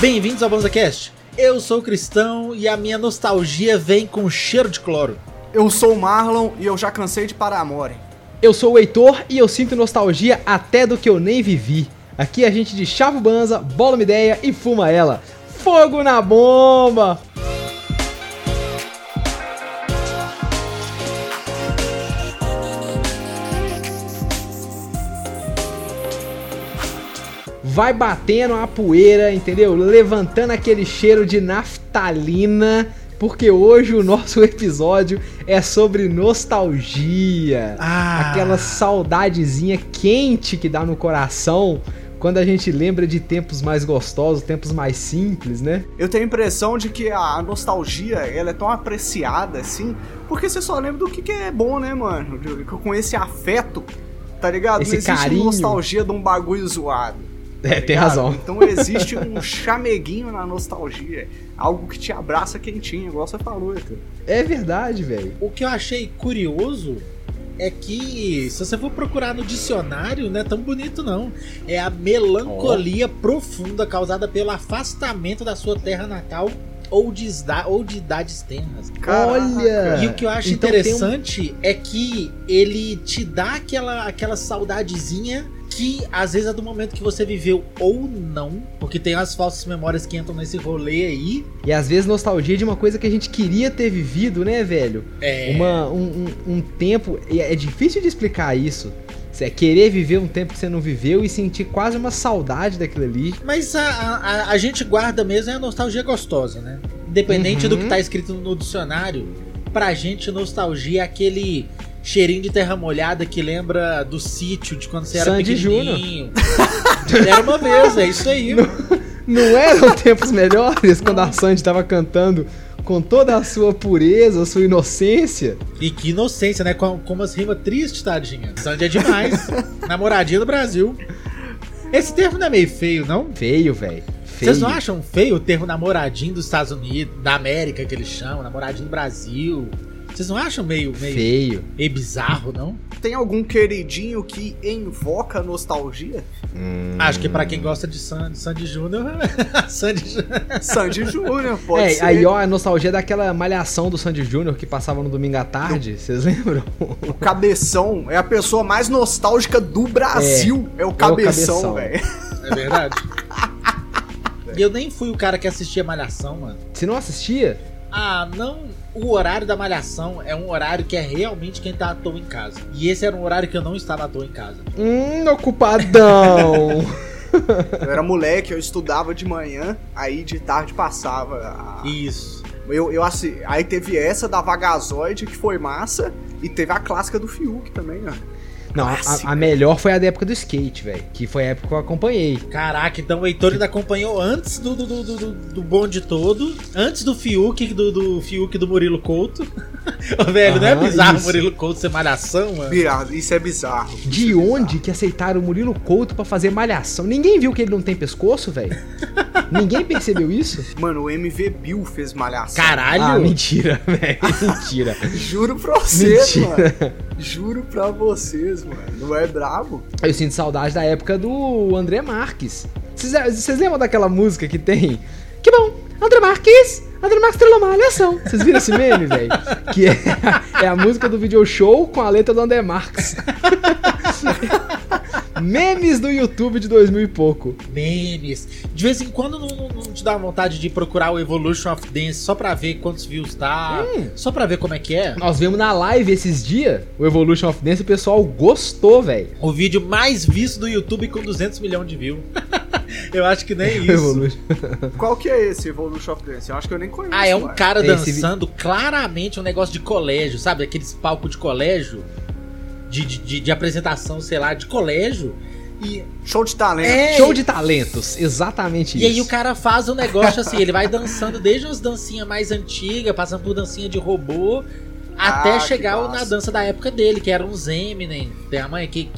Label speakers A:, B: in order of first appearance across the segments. A: Bem-vindos ao BanzaCast. Eu sou o Cristão e a minha nostalgia vem com cheiro de cloro.
B: Eu sou o Marlon e eu já cansei de Paramore.
C: Eu sou o Heitor e eu sinto nostalgia até do que eu nem vivi. Aqui é a gente de chava o banza, bola uma ideia e fuma ela. Fogo na bomba! Vai batendo a poeira, entendeu? Levantando aquele cheiro de naftalina, porque hoje o nosso episódio é sobre nostalgia
A: Ah,
C: aquela saudadezinha quente que dá no coração quando a gente lembra de tempos mais gostosos, tempos mais simples, né?
B: Eu tenho a impressão de que a nostalgia ela é tão apreciada assim, porque você só lembra do que, que é bom, né, mano? De- Com esse afeto, tá ligado?
C: Esse
B: Não existe
C: carinho.
B: nostalgia de um bagulho zoado. tá
C: É, tem
B: ligado?
C: razão.
B: Então existe um chameguinho na nostalgia, algo que te abraça quentinho, igual você falou, Heitor.
C: É verdade, velho.
A: o que eu achei curioso é que, se você for procurar no dicionário, não é tão bonito não. É a melancolia profunda causada pelo afastamento da sua terra natal ou de, isda- ou de idades tenras.
B: Caraca.
C: Olha!
A: E o que eu acho
C: Então tem um-
A: interessante é que ele te dá aquela, aquela saudadezinha que às vezes é do momento que você viveu ou não, porque tem as falsas memórias que entram nesse rolê aí.
C: E às vezes nostalgia é de uma coisa que a gente queria ter vivido, né, velho?
A: É,
C: Uma, um, um, um tempo. e É difícil de explicar isso. Você é querer viver um tempo que você não viveu e sentir quase uma saudade daquilo ali.
A: Mas a, a, a gente guarda mesmo é a nostalgia gostosa, né? Independente do
C: Uhum.
A: que tá escrito no dicionário, pra gente nostalgia é aquele cheirinho de terra molhada que lembra do sítio, de quando você era
C: Sandy
A: pequenininho. era uma vez, é isso aí.
C: Não eram tempos melhores quando a Sandy tava cantando com toda a sua pureza, a sua inocência?
A: E que inocência, né? Com, com umas rimas tristes, tadinha. Sandy é demais. Namoradinha do Brasil. Esse termo não é meio feio, não?
C: Feio, velho. Feio.
A: Vocês não acham feio o termo namoradinho dos Estados Unidos, da América que eles chamam, namoradinho do Brasil? Vocês não acham meio, meio,
C: Feio.
A: meio bizarro, não?
B: Tem algum queridinho que invoca nostalgia?
A: Acho
C: É,
A: que é pra quem gosta de Sandy, Sandy Júnior, Sandy Júnior.
B: Sandy Júnior, pode
C: é,
B: ser.
C: aí ó, a nostalgia daquela malhação do Sandy Júnior que passava no domingo à tarde, vocês lembram?
B: O cabeção é a pessoa mais nostálgica do Brasil. É, o cabeção,
C: Cabeção.
B: velho.
A: É verdade. E eu nem fui o cara que assistia Malhação, mano.
C: Você não assistia?
A: Ah, não. O horário da malhação é um horário que é realmente quem tá à toa em casa. E esse era um horário que eu não estava à toa em casa.
C: Hum, ocupadão!
B: Eu era moleque, eu estudava de manhã, aí de tarde passava. a-
C: Ah.
A: Isso.
B: Eu, eu assi- Aí teve essa da Vagazoide, que foi massa, e teve a clássica do Fiuk também, né?
C: não, a,
B: Clássica.
C: a melhor foi a da época do skate, velho. Que foi a época que eu acompanhei.
A: Caraca, então o Heitor ainda acompanhou antes do, do, do, do, do- do bonde todo, antes do Fiuk, do, do Fiuk do Murilo Couto. Ô, velho, não é
C: Aham,
A: bizarro o
C: isso.
A: Murilo Couto ser malhação, mano?
B: Viado, Isso é bizarro.
C: De
B: Isso é
C: onde que aceitaram o Murilo Couto pra fazer malhação? Ninguém viu que ele não tem pescoço, velho? Ninguém percebeu isso?
B: bizarro. Mano, o MV Bill fez malhação.
A: Caralho!
C: Ah, mentira, velho. Mentira.
B: Juro pra vocês,
C: Mentira.
B: mano. Juro pra vocês, mano. Não é brabo?
C: Eu sinto saudade da época do André Marques. Vocês- é, Vocês lembram daquela música que tem? Que bom! André Marques! André Marques trilhou uma alhação. Vocês viram esse meme, velho? Que é, é a música do video show com a letra do André Marques. Memes do YouTube de 2000 e pouco.
A: Memes. De vez em quando não, não- não te dá vontade de procurar o Evolution of Dance só pra ver quantos views tá,
C: Hum.
A: só pra ver como é que é?
C: Nós vimos na live esses dias o Evolution of Dance e o pessoal gostou, velho.
A: O vídeo mais visto do YouTube com 200 milhões de views. eu acho que nem isso.
C: Evolution.
B: Qual que é esse Evolution of Dance? Eu acho que eu nem conheço.
A: Ah, é um
B: mano.
A: cara
C: Esse vi-
A: dançando claramente um negócio de colégio, sabe? Aqueles palco de colégio, de, de, de- de apresentação, sei lá, de colégio. E,
B: Show de talento.
A: é,
C: Show de talentos, exatamente
A: e
C: isso.
A: aí o cara faz um negócio assim, ele vai dançando desde as dancinhas mais antigas, passando por dancinha de robô, até
B: Ah, que
A: chegar
B: massa.
A: na dança da época dele, que era uns Eminem, tem a mãe que,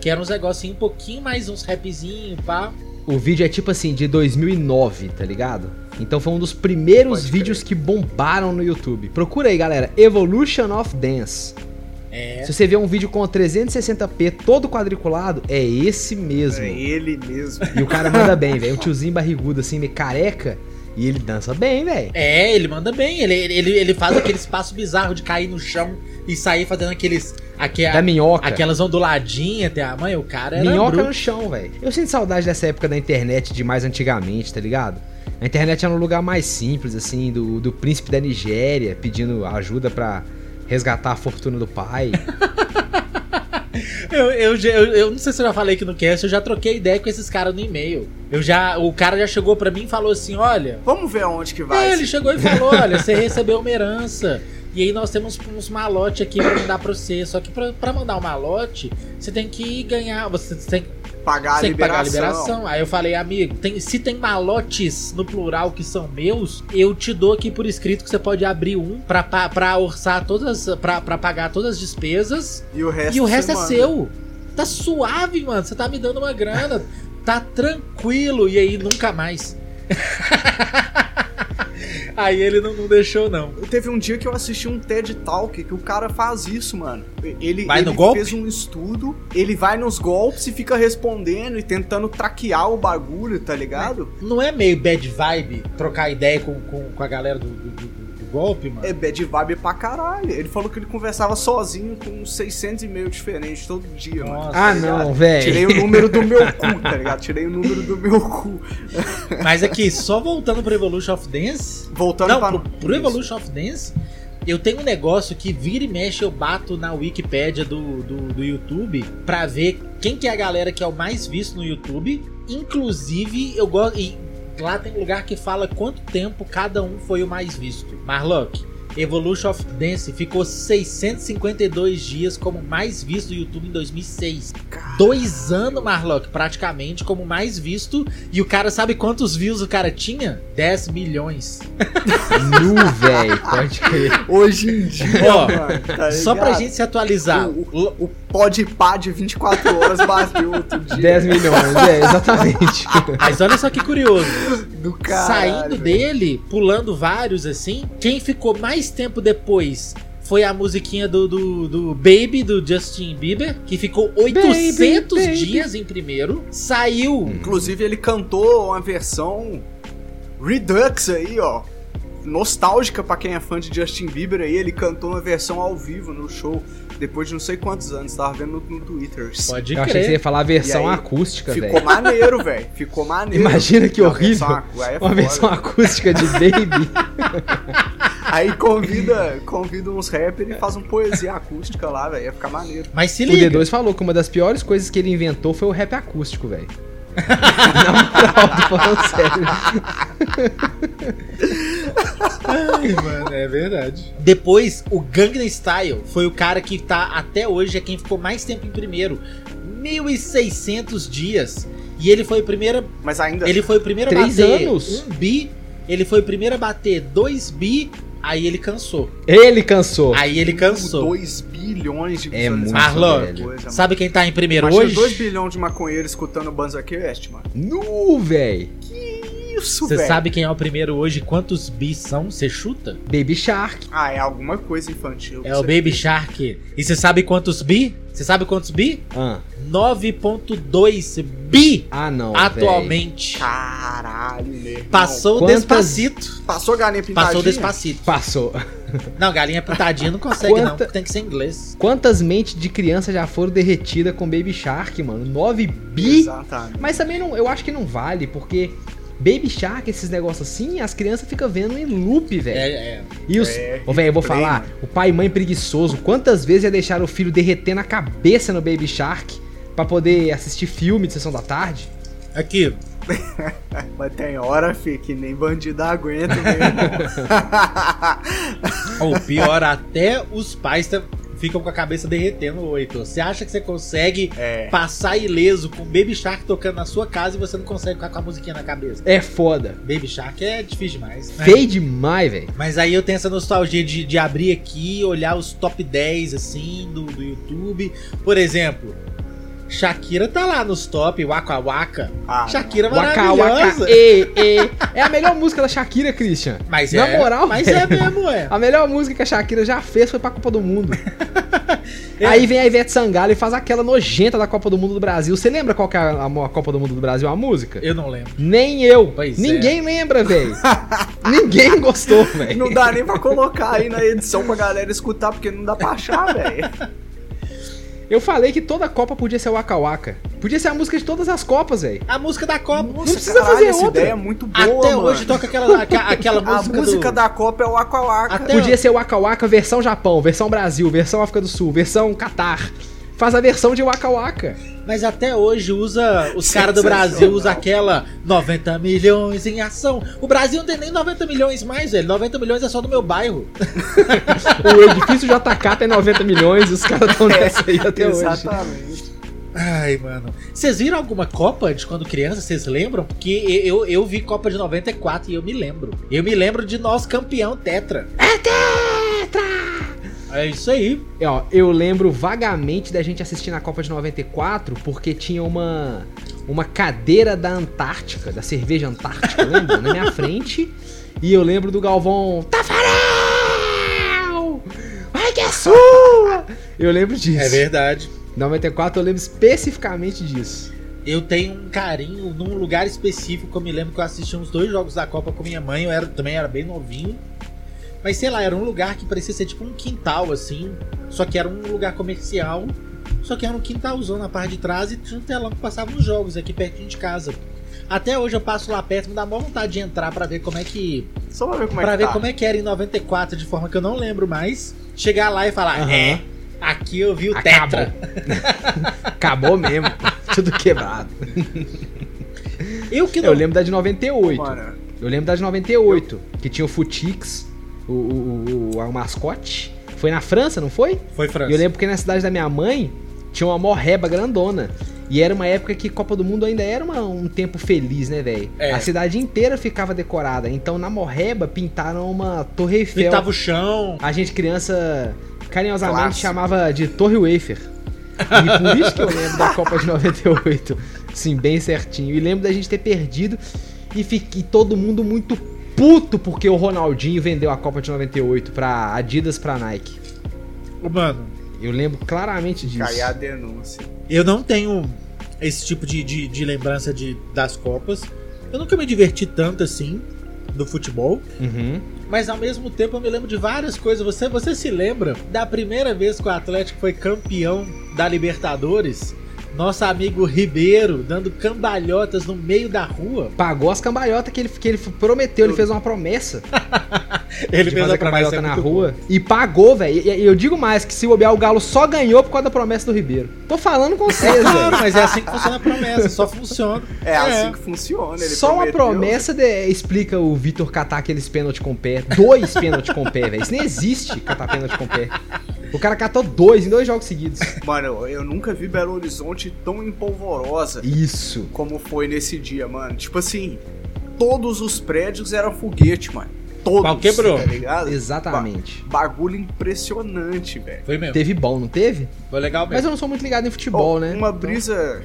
A: que era uns negocinhos um pouquinho mais, uns rapzinhos, pá.
C: O vídeo é tipo assim, de 2009, tá ligado? Então foi um dos primeiros
B: Pode crer.
C: vídeos que bombaram no YouTube. Procura aí, galera. Evolution of Dance.
A: É.
C: Se você vê um vídeo com 360p todo quadriculado, é esse mesmo.
B: É ele mesmo.
C: E o cara manda bem, velho. Um tiozinho barrigudo, assim, meio careca. E ele dança bem, velho.
A: É, ele manda bem. Ele, ele, ele faz aquele espaço bizarro de cair no chão e sair fazendo aqueles. aque-
C: Da minhoca.
A: aquelas onduladinhas até a mãe. O cara era.
C: Minhoca
A: Tá
C: é um-
A: bruto.
C: no chão, velho. Eu sinto saudade dessa época da internet de mais antigamente, tá ligado? A internet era um lugar mais simples, assim, do, do príncipe da Nigéria pedindo ajuda pra resgatar a fortuna do pai.
A: Eu, eu, já- eu, eu não sei se eu já falei aqui no cast, eu já troquei ideia com esses caras no e-mail. Eu já, o cara já chegou pra mim e falou assim: olha.
B: Vamos ver aonde que
A: É,
B: vai.
A: ele chegou e falou: olha, você recebeu uma herança. E aí nós temos uns malotes aqui pra mandar pra você. Só que pra, pra mandar o malote, você tem que ganhar. Você tem,
B: pagar, a
A: tem que pagar a
B: liberação.
A: liberação. Aí eu falei, amigo, tem- se tem malotes no plural que são meus, eu te dou aqui por escrito que você pode abrir um pra, pa- pra orçar todas. Pra, pra pagar todas as despesas
B: E o resto,
A: e o resto
B: você
A: é
B: manda.
A: seu. Tá suave, mano. Você tá me dando uma grana. Tá tranquilo. E aí, nunca mais. aí ele não, não deixou, não.
B: Teve um dia que eu assisti um TED Talk que o cara faz isso, mano. Ele,
A: Vai
B: ele
A: no golpe?
B: fez um estudo, ele vai nos golpes e fica respondendo e tentando traquear o bagulho, tá ligado?
A: Não é meio bad vibe trocar ideia com, com, com a galera do, do- do- do golpe, mano?
B: É bad vibe pra caralho. Ele falou que ele conversava sozinho com uns 600 e meio diferentes todo dia, mano.
A: Nossa,
C: ah,
B: ligado?
C: não, velho.
B: Tirei um- o número do meu cu, tá ligado? Tirei o número do meu cu.
A: Mas aqui, só voltando pro Evolution of Dance,
B: Voltando
A: Não,
B: pra.
A: pro, pro Evolution of Dance, eu tenho um negócio que vira e mexe, eu bato na Wikipédia do, do, do YouTube pra ver quem que é a galera que é o mais visto no YouTube. Inclusive, eu gosto. E lá tem um lugar que fala quanto tempo cada um foi o mais visto. Marlock. Evolution of Dance ficou 652 dias como mais visto do YouTube em 2006. Dois anos, Marlock, praticamente, como mais visto. E o cara sabe quantos views o cara tinha? 10 milhões.
C: Nu, velho. Pode crer.
B: Hoje em dia,
A: Ó,
B: mano. tá
A: Só pra
B: ligado?
A: gente se atualizar.
B: O, o, o pod pá de 24 horas bateu outro dia.
C: 10 milhões, é, exatamente.
A: Mas olha só que curioso.
B: do caralho,
A: Saindo
B: velho.
A: dele, pulando vários assim, quem ficou mais tempo depois foi a musiquinha do, do, do Baby, do Justin Bieber, que ficou 800
C: Baby.
A: dias em primeiro. Saiu.
C: Hum.
B: Inclusive, ele cantou uma versão Redux aí, ó. Nostálgica pra quem é fã de Justin Bieber aí. Ele cantou uma versão ao vivo no show depois de não sei quantos anos. Tava vendo no, no Twitter.
A: Pode
C: Eu achei que você
A: crer.
C: ia falar a versão
B: E aí,
C: acústica,
B: Ficou
C: velho.
B: maneiro, velho. Ficou maneiro.
C: Imagina que
B: Uma
C: horrível.
B: versão acú- aí é
C: Uma
B: foda.
C: versão acústica de Baby.
B: Aí convida, convida uns rappers e faz uma poesia acústica lá, velho. Ia ficar maneiro.
A: Mas se
C: O
A: liga.
C: D2 falou que uma das piores coisas que ele inventou foi o rap acústico, velho. Na moral, tô falando sério.
A: mano, é verdade. Depois, o Gangnam Style foi o cara que tá até hoje, é quem ficou mais tempo em primeiro. 1.600 dias. E ele foi o primeiro
B: Mas ainda.
A: Ele foi o primeiro a
C: Três
A: bater
C: anos?
A: um bi, ele foi o primeiro a bater dois bi, aí ele cansou.
C: Ele cansou.
A: Aí ele cansou.
B: 2 bilhões de
C: É muito,
A: Marlon,
C: velho.
B: Coisa,
A: Sabe quem tá em primeiro
B: Imagina
A: hoje?
B: 2 bilhões de maconheiros escutando Banzacast, mano.
C: Nu, velho.
B: Isso,
A: Você
B: velho.
A: sabe quem é o primeiro hoje? Quantos bi são? Você chuta?
C: Baby Shark.
B: Ah, é alguma coisa infantil.
A: É o Baby Shark. E você sabe quantos bi? Você sabe quantos bi?
C: Ah,
A: 9.2 bi
C: ah não, velho.
A: atualmente.
B: Caralho, meu. irmão.
A: Passou o
C: Quantas-
A: Despacito.
B: Passou galinha pintadinha?
A: Passou o Despacito.
C: Passou.
A: Não, galinha pintadinha não consegue não,
C: Quanta-
A: porque tem que ser em inglês.
C: Quantas mentes de criança já foram derretidas com Baby Shark, mano? 9 bi?
B: Exatamente.
C: Mas também não, eu acho que não vale, porque Baby Shark, esses negócios assim, as crianças ficam vendo em loop, velho.
A: É, é.
C: E os.
B: É,
C: Ô, velho, eu vou
B: replay,
C: falar,
B: mano.
C: o pai e mãe preguiçoso, quantas vezes ia deixar o filho derretendo a cabeça no Baby Shark pra poder assistir filme de sessão da tarde?
A: Aqui,
B: Mas tem hora, fi, que nem bandido aguenta, meu irmão.
A: Ou pior, até os pais tam- ficam com a cabeça derretendo oito. Você acha que você consegue
B: é.
A: passar ileso com Baby Shark tocando na sua casa e você não consegue ficar com a musiquinha na cabeça?
C: É foda.
A: Baby Shark é difícil demais. né?
C: Feio demais, velho.
A: Mas aí eu tenho essa nostalgia de, de abrir aqui, olhar os top 10 assim do, do YouTube. Por exemplo, Shakira tá lá nos top, Waka Waka.
B: Ah,
A: Shakira
C: Waka,
A: maravilhosa.
C: waka, e, e. É a melhor música da Shakira, Christian.
A: Mas
C: Na
A: é,
C: moral,
A: mas
C: velho.
A: é mesmo, é.
C: A melhor música que a Shakira já fez foi pra Copa do Mundo.
A: É.
C: Aí vem a Ivete Sangalo e faz aquela nojenta da Copa do Mundo do Brasil. Você lembra qual que é a, a Copa do Mundo do Brasil, a música?
A: Eu não lembro.
C: Nem eu.
A: Pois é.
C: Ninguém lembra, velho. Ninguém gostou, velho.
B: Não dá nem pra colocar aí na edição pra galera escutar, porque não dá pra achar, velho.
C: Eu falei que toda Copa podia ser Waka Waka. Podia ser a música de todas as Copas, velho.
A: A música da Copa.
B: Nossa,
C: precisa
B: caralho,
C: fazer
B: essa
C: outra.
B: ideia é muito boa,
A: Até
B: mano.
A: hoje toca aquela, aqua- aquela
B: A
A: música.
B: música
A: do...
B: da Copa é o Aqualaca.
A: Até-
C: Podia ser Waka Waka versão Japão, versão Brasil, versão África do Sul, versão Catar. Faz a versão de Waka Waka.
A: Mas até hoje usa. Os caras do Brasil usam aquela 90 milhões em ação. O Brasil não tem nem 90 milhões mais, velho. 90 milhões é só do meu bairro.
C: O edifício JK tem 90 milhões e os caras estão
A: É,
C: nessa aí até hoje.
B: Exatamente.
A: Ai, mano. Vocês viram alguma Copa de quando criança? Vocês lembram? Porque eu, eu vi Copa de 94 e eu me lembro. Eu me lembro de nosso campeão Tetra. É Tetra! É isso aí.
C: É, ó, eu lembro vagamente da gente assistir na Copa de 94, porque tinha uma, uma cadeira da Antártica, da cerveja Antártica, lembra? Na minha frente. E eu lembro do Galvão. Tafarel! Vai que é sua! Eu lembro disso.
A: É verdade.
C: 94 eu lembro especificamente disso.
A: Eu tenho um carinho num lugar específico. que Eu me lembro que eu assisti uns dois jogos da Copa com minha mãe. Eu era, também era bem novinho. Mas sei lá, era um lugar que parecia ser tipo um quintal, assim. Só que era um lugar comercial. Só que era um quintalzão na parte de trás e tinha um telão que passava os jogos aqui pertinho de casa. Até hoje eu passo lá perto, me dá maior vontade de entrar pra ver como é que.
B: Só pra ver como é
A: pra
B: que
A: ver
B: tá.
A: como é que era em 94, de forma que eu não lembro mais. Chegar lá e falar,
C: Aham.
A: é, aqui eu vi o
C: Acabou.
A: Tetra.
C: Acabou mesmo. Tudo quebrado.
A: Eu que não
C: Eu lembro da de 98.
B: Mano,
C: Eu lembro da de 98, que tinha o Futix, o, o, o, o- o mascote. Foi na França, não foi?
A: Foi França.
C: E eu lembro que na cidade da minha mãe tinha uma morreba grandona. E era uma época que Copa do Mundo ainda era uma- um tempo feliz, né, velho?
A: É.
C: A cidade inteira ficava decorada. Então na morreba pintaram uma Torre Eiffel.
A: Pintava o chão.
C: A gente criança carinhosamente
B: Clássico.
C: chamava de Torre Wafer. E por isso que eu lembro da Copa de 98. Sim, bem certinho. E lembro da gente ter perdido e, fi- e todo mundo muito puto porque o Ronaldinho vendeu a Copa de 98 pra Adidas, pra Nike.
A: Ô, Mano,
C: Eu lembro claramente disso.
B: caiu a denúncia.
A: Eu não tenho esse tipo de, de, de lembrança de, das Copas. Eu nunca me diverti tanto assim do futebol,
C: Uhum.
A: mas ao mesmo tempo eu me lembro de várias coisas. Você, você se lembra da primeira vez que o Atlético foi campeão da Libertadores? Nosso amigo Ribeiro dando cambalhotas no meio da rua.
C: Pagou as cambalhotas que ele, que ele prometeu, ele fez uma promessa
A: Ele
C: de fazer
A: a promessa,
C: cambalhota
A: é
C: na
A: muito
C: rua. E pagou, velho. E e eu digo mais, que se bobear o Galo só ganhou por causa da promessa do Ribeiro. Tô falando com
A: bom. É
C: vocês, velho.
A: claro, mas é assim que funciona a promessa, só funciona.
B: É, assim que funciona. Ele
C: Só uma
B: prometeu. né?
C: promessa de- explica o Vitor catar aqueles pênalti com o pé. Dois pênalti com o pé, velho. Isso nem existe, catar pênalti com o pé. O cara catou dois em dois jogos seguidos.
B: Mano, eu, eu nunca vi Belo Horizonte tão empolvorosa
C: Isso.
B: como foi nesse dia, mano. Tipo assim, todos os prédios eram foguete, mano. Todos.
A: Pau quebrou.
B: Tá ligado?
C: Exatamente.
B: Bagulho impressionante, velho.
A: Foi mesmo.
C: Teve bom, não teve?
A: Foi legal mesmo.
C: Mas eu não sou muito ligado em futebol,
B: Oh,
C: né?
B: Uma brisa.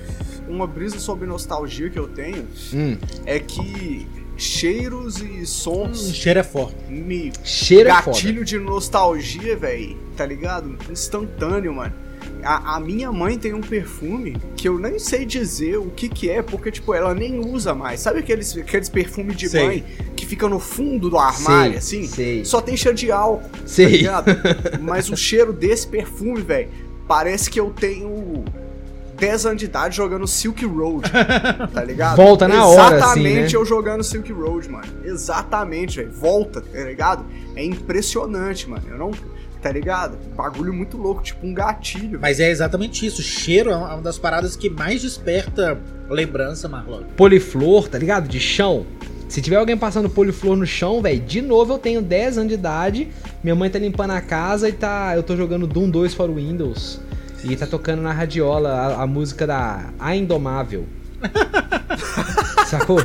B: Uma brisa sobre nostalgia que eu tenho
C: Hum,
B: é que cheiros e
A: Hum,
B: sons
A: cheiro é forte.
C: Hum.
B: me
C: cheiro é foda.
B: gatilho de nostalgia, velho, tá ligado? Instantâneo, mano. A, a minha mãe tem um perfume que eu nem sei dizer o que que é, porque, tipo, ela nem usa mais. Sabe aqueles, aqueles perfumes de
A: Sei.
B: mãe que fica no fundo do armário,
C: Sei,
B: assim?
C: sei.
B: Só tem cheiro de álcool, tá
C: Sei.
B: ligado? Mas o cheiro desse perfume, velho, parece que eu tenho 10 anos de idade jogando Silk Road, tá ligado?
C: Volta na hora, assim,
B: Exatamente,
C: né?
B: eu jogando Silk Road, mano. Exatamente, velho. Volta, tá ligado? É impressionante, mano. Eu não. Tá ligado? Bagulho muito louco, tipo um gatilho. velho.
A: Mas é exatamente isso. Cheiro é uma das paradas que mais desperta lembrança, Marlon.
C: Poliflor, tá ligado? De chão. Se tiver alguém passando poliflor no chão, velho, de novo eu tenho 10 anos de idade, minha mãe tá limpando a casa e tá. Eu tô jogando Doom 2 para o Windows. E tá tocando na radiola a, a música da A Indomável. Sacou?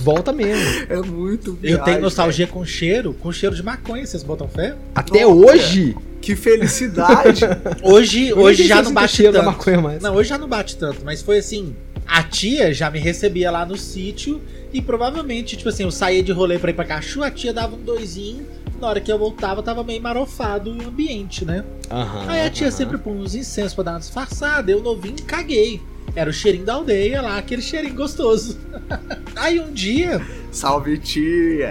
C: Volta mesmo.
B: É muito
A: Eu é.
B: viagem,
A: tenho nostalgia com cheiro, com cheiro de maconha, vocês botam fé?
C: Até
B: Nossa.
C: hoje,
B: Que felicidade!
A: Hoje,
C: Eu nem
A: hoje
C: sei
A: já
C: se
A: não
C: eu
A: bate
C: cheiro da
A: tanto.
C: maconha mais.
A: assim. Não, hoje já não bate tanto, mas foi assim. A tia já me recebia lá no sítio e provavelmente, tipo assim, eu saía de rolê pra ir pra Cachu, a tia dava um doisinho. Na hora que eu voltava, tava meio marofado o ambiente, né?
C: Aham,
A: Aí a tia
C: aham.
A: sempre põe uns incensos pra dar uma disfarçada. Eu novinho caguei. Era o cheirinho da aldeia lá, aquele cheirinho gostoso. Aí um dia,
B: Salve, tia!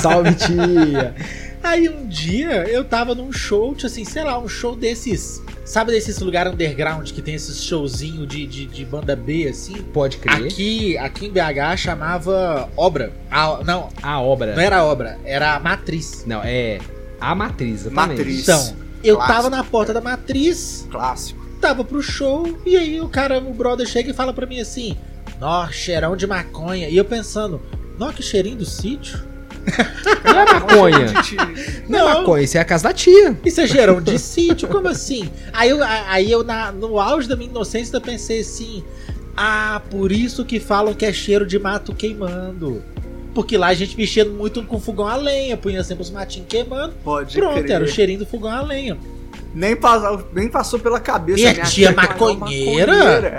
C: Salve, tia.
A: aí um dia eu tava num show, tipo assim, sei lá, um show desses. Sabe desses lugar underground que tem esses showzinho de, de, de banda B, assim?
C: Pode crer.
A: Aqui, aqui em BH chamava obra. Ah, não,
C: A obra.
A: não é? era obra, era a matriz.
C: Não, é a matriz, exatamente.
B: Matriz.
A: Então, eu
B: Clássico.
A: tava na porta da matriz,
B: Clássico.
A: tava pro show e aí o cara, o brother chega e fala pra mim assim: "Nó, cheirão de maconha". E eu pensando: "Nó, que cheirinho do sítio".
C: Não é maconha.
B: Onde te-
C: Não é maconha, isso é a casa da tia.
A: Isso é cheirão de sítio, como assim? Aí eu, a- aí eu na, no auge da minha inocência eu pensei assim: "Ah, por isso que falam que é cheiro de mato queimando". Porque lá a gente mexia muito com fogão a lenha, punha sempre os matinhos queimando.
B: Pode
A: Pronto,
B: crer.
A: era o cheirinho do fogão a lenha.
B: Nem, passou, nem passou pela cabeça.
A: E a
B: minha
A: tia
B: é uma É.
A: maconheira?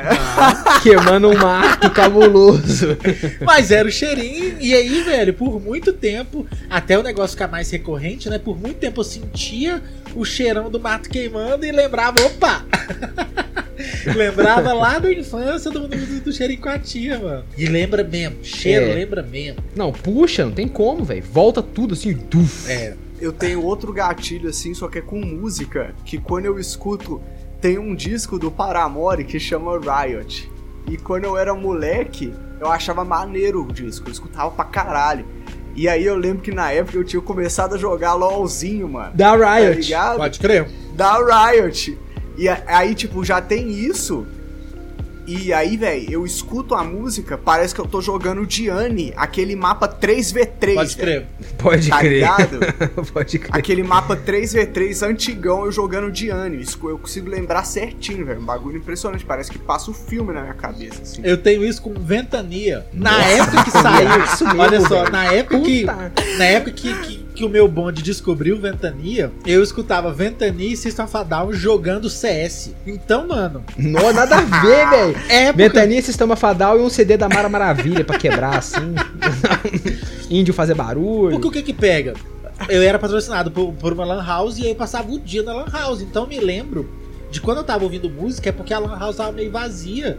C: Queimando um mato cabuloso.
A: Mas era o cheirinho. E aí, velho, por muito tempo, até o negócio ficar mais recorrente, né? Por muito tempo eu sentia o cheirão do mato queimando e lembrava, opa! lembrava lá da infância do, do, do cheirinho com a tia, mano. E lembra mesmo, cheiro
C: É.
A: lembra mesmo.
C: Não, puxa, não tem como, velho. Volta tudo assim, duf.
A: É.
B: Eu tenho outro gatilho assim, só que é com música, que quando eu escuto, tem um disco do Paramore que chama Riot. E quando eu era moleque, eu achava maneiro o disco, eu escutava pra caralho. E aí eu lembro que na época eu tinha começado a jogar LOLzinho, mano.
C: Da
B: Tá
C: Riot.
B: ligado?
A: Pode crer.
B: da Riot. E a- aí, tipo, já tem isso. E aí, velho, eu escuto a música, parece que eu tô jogando Diane, aquele mapa 3v3.
A: Pode
B: velho,
A: crer.
C: Pode
B: Tá
C: crer.
B: ligado?
C: Pode crer.
B: Aquele mapa 3v3 antigão eu jogando Diane. Isso eu consigo lembrar certinho, velho. Um bagulho impressionante. Parece que passa o filme na minha cabeça, assim.
A: Eu tenho isso com ventania. Na época que saiu.
C: Isso mesmo,
A: Olha só,
C: velho.
A: na época que,
C: Puta.
A: Na época que, que, que o meu bonde descobriu Ventania, eu escutava Ventania e System of a Down jogando CS. Então, mano, é
C: Não, nada a ver, velho.
A: época...
C: Ventania, Sistema Fadal e um CD da Mara Maravilha pra quebrar, assim. Índio fazer barulho.
A: Porque o que que pega? Eu era patrocinado por, por uma lan house e aí eu passava o dia na lan house. Então eu me lembro de quando eu tava ouvindo música, é porque a lan house tava meio vazia.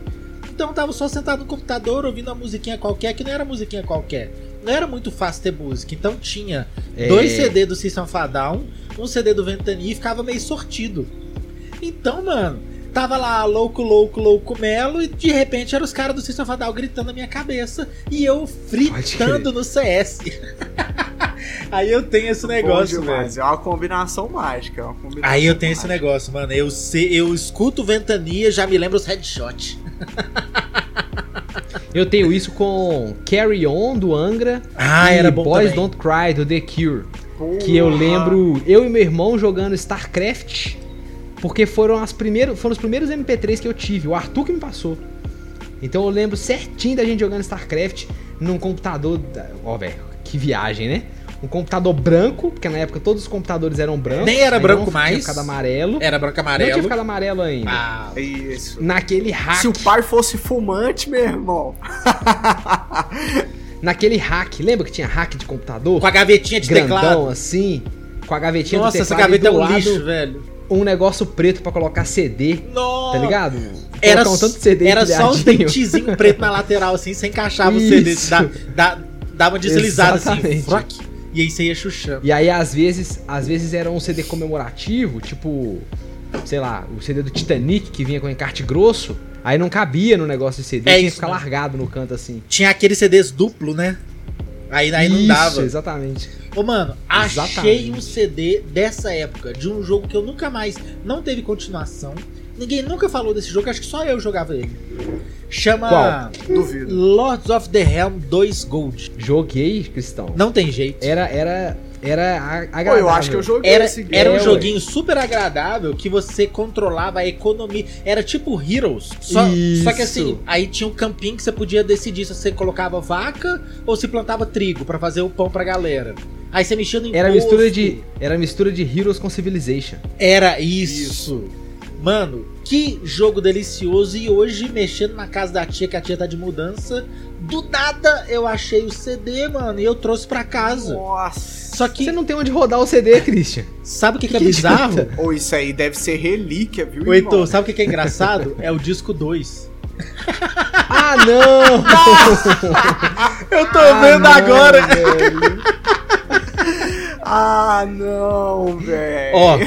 A: Então eu tava só sentado no computador ouvindo uma musiquinha qualquer, que não era musiquinha qualquer. Não era muito fácil ter música. Então tinha
C: É,
A: Dois CD do System of a Down, um CD do Ventania e ficava meio sortido. Então, mano, tava lá louco, louco, louco, melo e de repente eram os caras do System of a Down gritando na minha cabeça e eu fritando no CS. Aí eu tenho esse
B: Bom
A: negócio, velho.
B: demais. É uma combinação mágica. é uma combinação
A: Aí eu tenho esse
B: mágica.
A: negócio, mano. Eu, sei, eu escuto Ventania, já me lembro os headshots.
C: Eu tenho isso com Carry On do Angra
A: Ah,
C: e
A: era bom
C: Boys
A: também.
C: Don't Cry do The Cure.
B: Porra.
C: que eu lembro eu e meu irmão jogando StarCraft, porque foram as primeiros, foram os primeiros MP3 que eu tive, o Arthur que me passou. Então eu lembro certinho da gente jogando StarCraft num computador, da- ó velho, que viagem, né? Um computador branco, porque na época todos os computadores eram brancos.
A: Nem era
C: ainda
A: branco
C: não
A: mais.
C: Tinha ficado amarelo.
A: Era branco e
C: Não tinha
A: amarelo.
C: ficado amarelo ainda.
A: Ah,
B: Isso.
C: Naquele hack,
B: Se o pai fosse fumante, meu irmão.
C: naquele hack, lembra que tinha hack de computador?
A: com a gavetinha de
C: grandão
A: teclado.
C: assim, com a gavetinha
A: Nossa,
C: do
A: essa
C: teclado e
A: gaveta é
C: do
A: um
C: lado
A: lixo, velho.
C: um negócio preto pra colocar CD.
A: Nossa.
C: tá ligado?
A: Era,
C: Colocar um tanto de CD
A: era só os
C: empilhadinho.
A: dentezinhos preto na lateral, assim, você encaixava o CD,
C: Isso.
A: dá, dá, dava uma deslizada assim,
C: Exatamente.
A: froc, e aí você ia chuchando.
C: E aí, às vezes, às vezes era um CD comemorativo, tipo, sei lá, o CD do Titanic que vinha com encarte grosso. Aí não cabia no negócio de CD,
A: É
C: tinha que
A: isso
C: ficar
A: mesmo.
C: largado no canto assim.
A: Tinha aqueles CDs duplo, né? Aí, aí não
C: Isso,
A: dava.
C: Exatamente.
A: Ô, mano, achei
C: Exatamente.
A: um CD dessa época, de um jogo que eu nunca mais. Não teve continuação. Ninguém nunca falou desse jogo, acho que só eu jogava ele. Chama
C: Qual?
B: Duvido.
A: Lords of the Realm 2 Gold.
C: Joguei, Cristão.
A: Não tem jeito.
C: Era, era, Era a- agradável.
B: Pô, eu acho que eu joguei
A: Era,
B: esse game.
A: era um
C: É, ué.
A: joguinho super agradável que você controlava a economia. Era tipo Heroes. Só,
C: Isso.
A: só que assim, aí tinha um campinho que você podia decidir se você colocava vaca ou se plantava trigo pra fazer o pão pra galera. Aí você mexia no imposto.
C: Era mistura de, era mistura de Heroes com Civilization.
A: Era isso. Mano, que jogo delicioso. E hoje, mexendo na casa da tia, que a tia tá de mudança, do nada eu achei o CD, mano, e eu trouxe pra casa.
B: Nossa.
A: Só que,
C: Você não tem onde rodar o CD, Christian.
A: sabe o que, que é
C: Que
A: bizarro?
C: idiota.
B: Ou isso aí deve ser relíquia, viu,
A: Ô,
B: irmão?
A: Heitor, sabe o que que é engraçado? É o disco 2.
C: Ah, não!
B: Eu tô
C: Ah,
B: vendo
C: não,
B: agora. ah, não, velho.
A: Ó,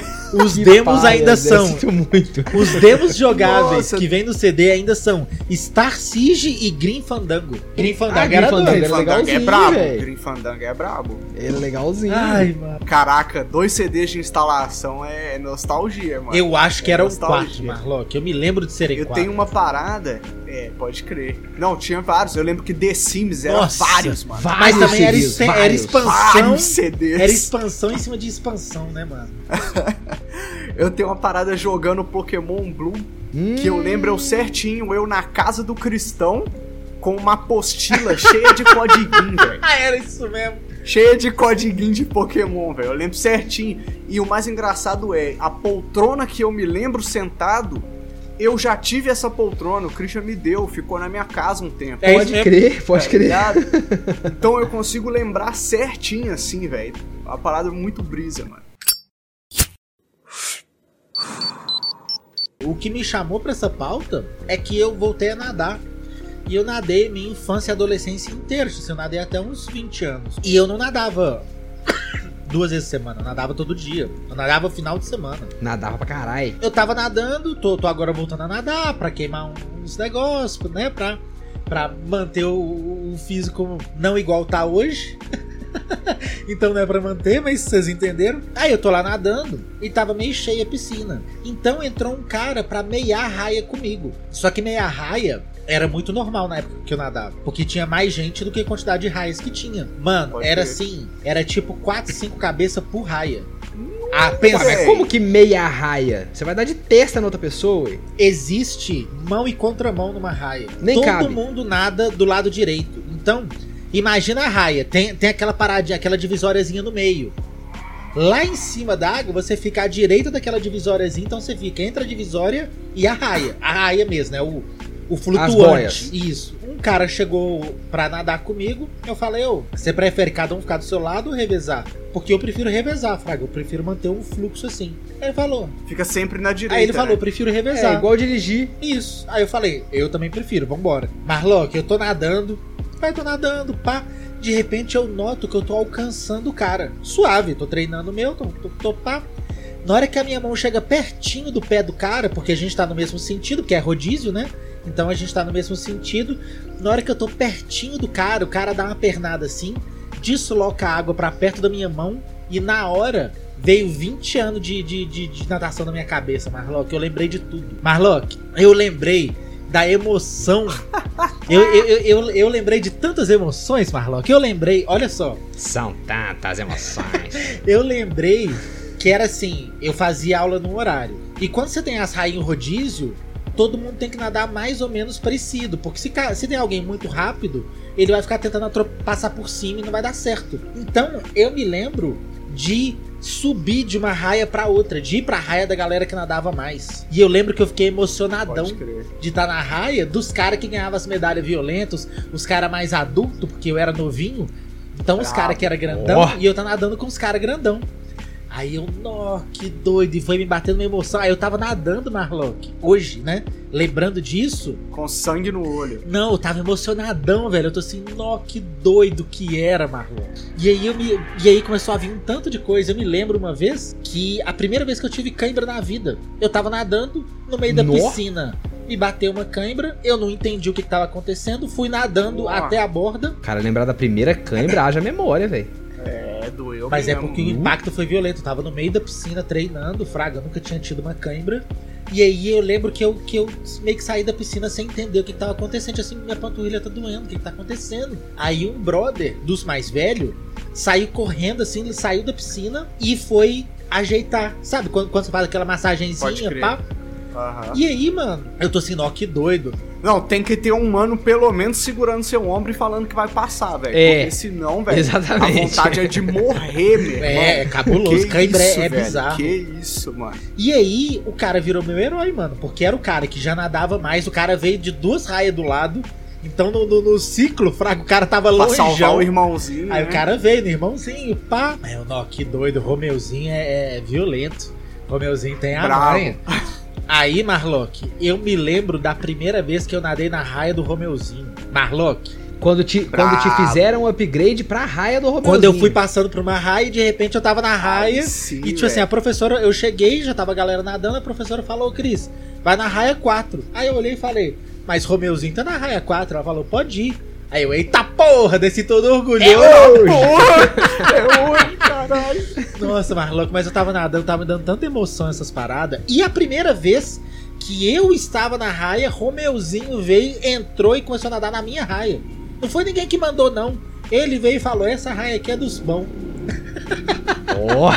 A: os
C: Que
A: demos
C: paia,
A: ainda
C: Zé,
A: são.
C: Sinto muito.
A: Os demos jogáveis
B: Nossa.
A: que vem no CD ainda são Star Siege e Green Fandango. Ah, Green Fandango
C: Green
A: era
C: Fandango
A: dois.
B: Grinfandango Ah, é
C: era- legalzinho,
B: brabo.
C: velho.
B: Grinfandango é brabo.
C: Ele é legalzinho.
A: Ai, mano.
B: Caraca, dois CDs de instalação é nostalgia, mano.
A: Eu acho que
B: É
A: era o 4,
B: nostalgia.
A: Marlock. Eu me lembro de serem
B: Eu
A: 4.
B: tenho um uma parada. É, pode crer. Não, tinha vários. Eu lembro que The Sims era
A: Nossa,
B: vários, mano.
A: Mas
C: Vários
A: também era,
C: CDs,
A: expan- era
C: vários.
A: expansão.
B: Vários CDs.
A: Era expansão em cima de expansão, né, mano?
B: Eu tenho uma parada jogando Pokémon Blue
C: Hum,
B: que eu lembro eu certinho, eu na casa do cristão, com uma apostila cheia de codiguinho, velho.
A: Ah, era isso mesmo.
B: Cheia de codiguinho de Pokémon, velho. Eu lembro certinho. E o mais engraçado é, a poltrona que eu me lembro sentado, eu já tive essa poltrona, o Christian me deu, ficou na minha casa um tempo.
A: É isso
C: Pode
A: mesmo.
C: crer, pode
B: tá
C: crer.
B: ligado? Então eu consigo lembrar certinho assim, velho. A parada é muito brisa, mano.
A: O que me chamou pra essa pauta é que eu voltei a nadar. E eu nadei minha infância e adolescência inteira. tipo assim, Eu nadei até uns 20 anos. E eu não nadava duas vezes por semana, eu nadava todo dia. Eu nadava final de semana.
C: Nadava pra caralho.
A: Eu tava nadando, tô, tô agora voltando a nadar pra queimar um- uns negócios, né? Pra, pra manter o, o físico não igual tá hoje. então não é pra manter, mas vocês entenderam. Aí eu tô lá nadando e tava meio cheia a piscina. Então entrou um cara pra meiar a raia comigo. Só que meiar a raia era muito normal na época que eu nadava. Porque tinha mais gente do que a quantidade de raias que tinha. Mano,
B: Pode
A: era
B: crer.
A: assim, era tipo 4, 5 cabeças por raia.
B: Hum,
A: Ah, pensa,
B: Ué,
C: Como que meia raia? Você vai dar de testa na outra pessoa, ué?
A: existe mão e contramão numa raia.
C: Nem
A: Todo
C: cabe.
A: mundo nada do lado direito. Então, imagina a raia, tem, tem aquela paradinha, aquela divisóriazinha no meio. Lá em cima da água, você fica à direita daquela divisóriazinha, então você fica entre a divisória e a raia. A raia mesmo, né? O, o
C: boias.
A: flutuante. Isso. Um cara chegou pra nadar comigo, eu falei, ô, você prefere cada um ficar do seu lado ou revezar? Porque eu prefiro revezar, Fraga, eu prefiro manter um fluxo assim. Ele falou.
B: Fica sempre na direita.
A: Aí ele falou,
B: né?
A: eu prefiro revezar.
C: É igual dirigir.
A: Isso. Aí eu falei, eu também prefiro, vambora. Marlock, eu tô nadando. Aí tô nadando, pá. De repente eu noto que eu tô alcançando o cara. Suave, tô treinando o meu, tô, tô, tô pá. Na hora que a minha mão chega pertinho do pé do cara, porque a gente tá no mesmo sentido, que é rodízio, né? Então a gente tá no mesmo sentido. Na hora que eu tô pertinho do cara, o cara dá uma pernada assim, desloca a água pra perto da minha mão e na hora veio 20 anos de, de, de, de natação na minha cabeça, Marlock. Eu lembrei de tudo. Marlock, eu lembrei da emoção. Eu, eu, eu, eu, eu lembrei de tantas emoções, Marlock. Eu lembrei, olha só.
C: São tantas emoções.
A: Eu lembrei que era assim, eu fazia aula num horário. E quando você tem as rainhas rodízio, todo mundo tem que nadar mais ou menos parecido. Porque se, ca- se tem alguém muito rápido, ele vai ficar tentando atro- passar por cima e não vai dar certo. Então, eu me lembro de subir de uma raia pra outra, de ir pra raia da galera que nadava mais. E eu lembro que eu fiquei emocionadão
B: Pode crer.
A: de estar na raia dos caras que ganhavam as medalhas violentas, os caras mais adultos, porque eu era novinho. Então os
B: Bravo.
A: caras que era grandão
C: Ó.
A: e eu tava nadando com os caras grandão. Aí eu, nó, que doido, e foi me batendo uma emoção. Aí eu tava nadando, Marlock, hoje, né? Lembrando disso,
B: Com sangue no olho.
A: não, eu tava emocionadão, velho. Eu tô assim, nó, que doido que era, Marlon. E aí eu me. E aí começou a vir um tanto de coisa. Eu me lembro uma vez que a primeira vez que eu tive cãibra na vida, eu tava nadando no meio da
C: Nó.
A: piscina. Me bateu uma cãibra, eu não entendi o que, que tava acontecendo, fui nadando
B: Nó.
A: até a borda,
C: Cara, lembrar da primeira câimbra, haja memória, velho.
B: É, doeu.
A: mas é
B: mesmo.
A: porque o impacto foi violento. Eu tava no meio da piscina treinando, fraga, eu nunca tinha tido uma cãibra. E aí eu lembro que eu, que eu meio que saí da piscina sem entender o que, que tava acontecendo. Assim, minha panturrilha tá doendo, o que, que tá acontecendo? Aí um brother dos mais velhos saiu correndo assim, ele saiu da piscina e foi ajeitar. Sabe quando, quando você faz aquela
B: Pode
A: massagenzinha,
B: crer.
A: pá?
B: Aham.
A: E aí, mano, eu tô assim, ó, que doido.
B: Não, tem que ter um mano pelo menos segurando seu ombro e falando que vai passar, velho.
C: É.
B: Porque senão, velho, a
C: Exatamente.
B: vontade é de morrer, meu irmão.
A: É, é cabuloso, cãibra é, é bizarro.
B: Que isso, mano.
A: E aí, o cara virou meu herói, mano, porque era o cara que já nadava mais, o cara veio de duas raias do lado. Então, no, no- no ciclo, fraco, o cara tava
B: Pra salvar
A: longeão.
B: o irmãozinho.
A: Aí o
B: né?
A: cara veio, no irmãozinho, pá. Aí eu, não, que doido, o Romeuzinho é, é violento. Romeuzinho tem
C: Tá
A: a
B: Bravo.
A: manha. Aí, Marlock, eu me lembro da primeira vez que eu nadei na raia do Romeuzinho. Marlock,
C: Quando te, quando te
B: Brabo.
C: fizeram um upgrade pra raia do Romeuzinho.
A: quando eu fui passando por uma raia, e de repente eu tava na raia.
B: Aí sim,
A: E tipo assim,
B: velho.
A: a professora, eu cheguei, já tava a galera nadando, a professora falou, Cris, vai na raia 4. Aí eu olhei e falei, mas Romeuzinho tá na raia 4. Ela falou, pode ir. Aí eu, eita porra, desci todo
B: É
A: orgulhoso.
B: Porra! É hoje, caralho.
A: Nossa, Marloco, mas eu tava nadando, tava me dando tanta emoção essas paradas. E a primeira vez que eu estava na raia, Romeuzinho veio, entrou e começou a nadar na minha raia. Não foi ninguém que mandou, não. Ele veio e falou: essa raia aqui é dos bons.
C: Ó,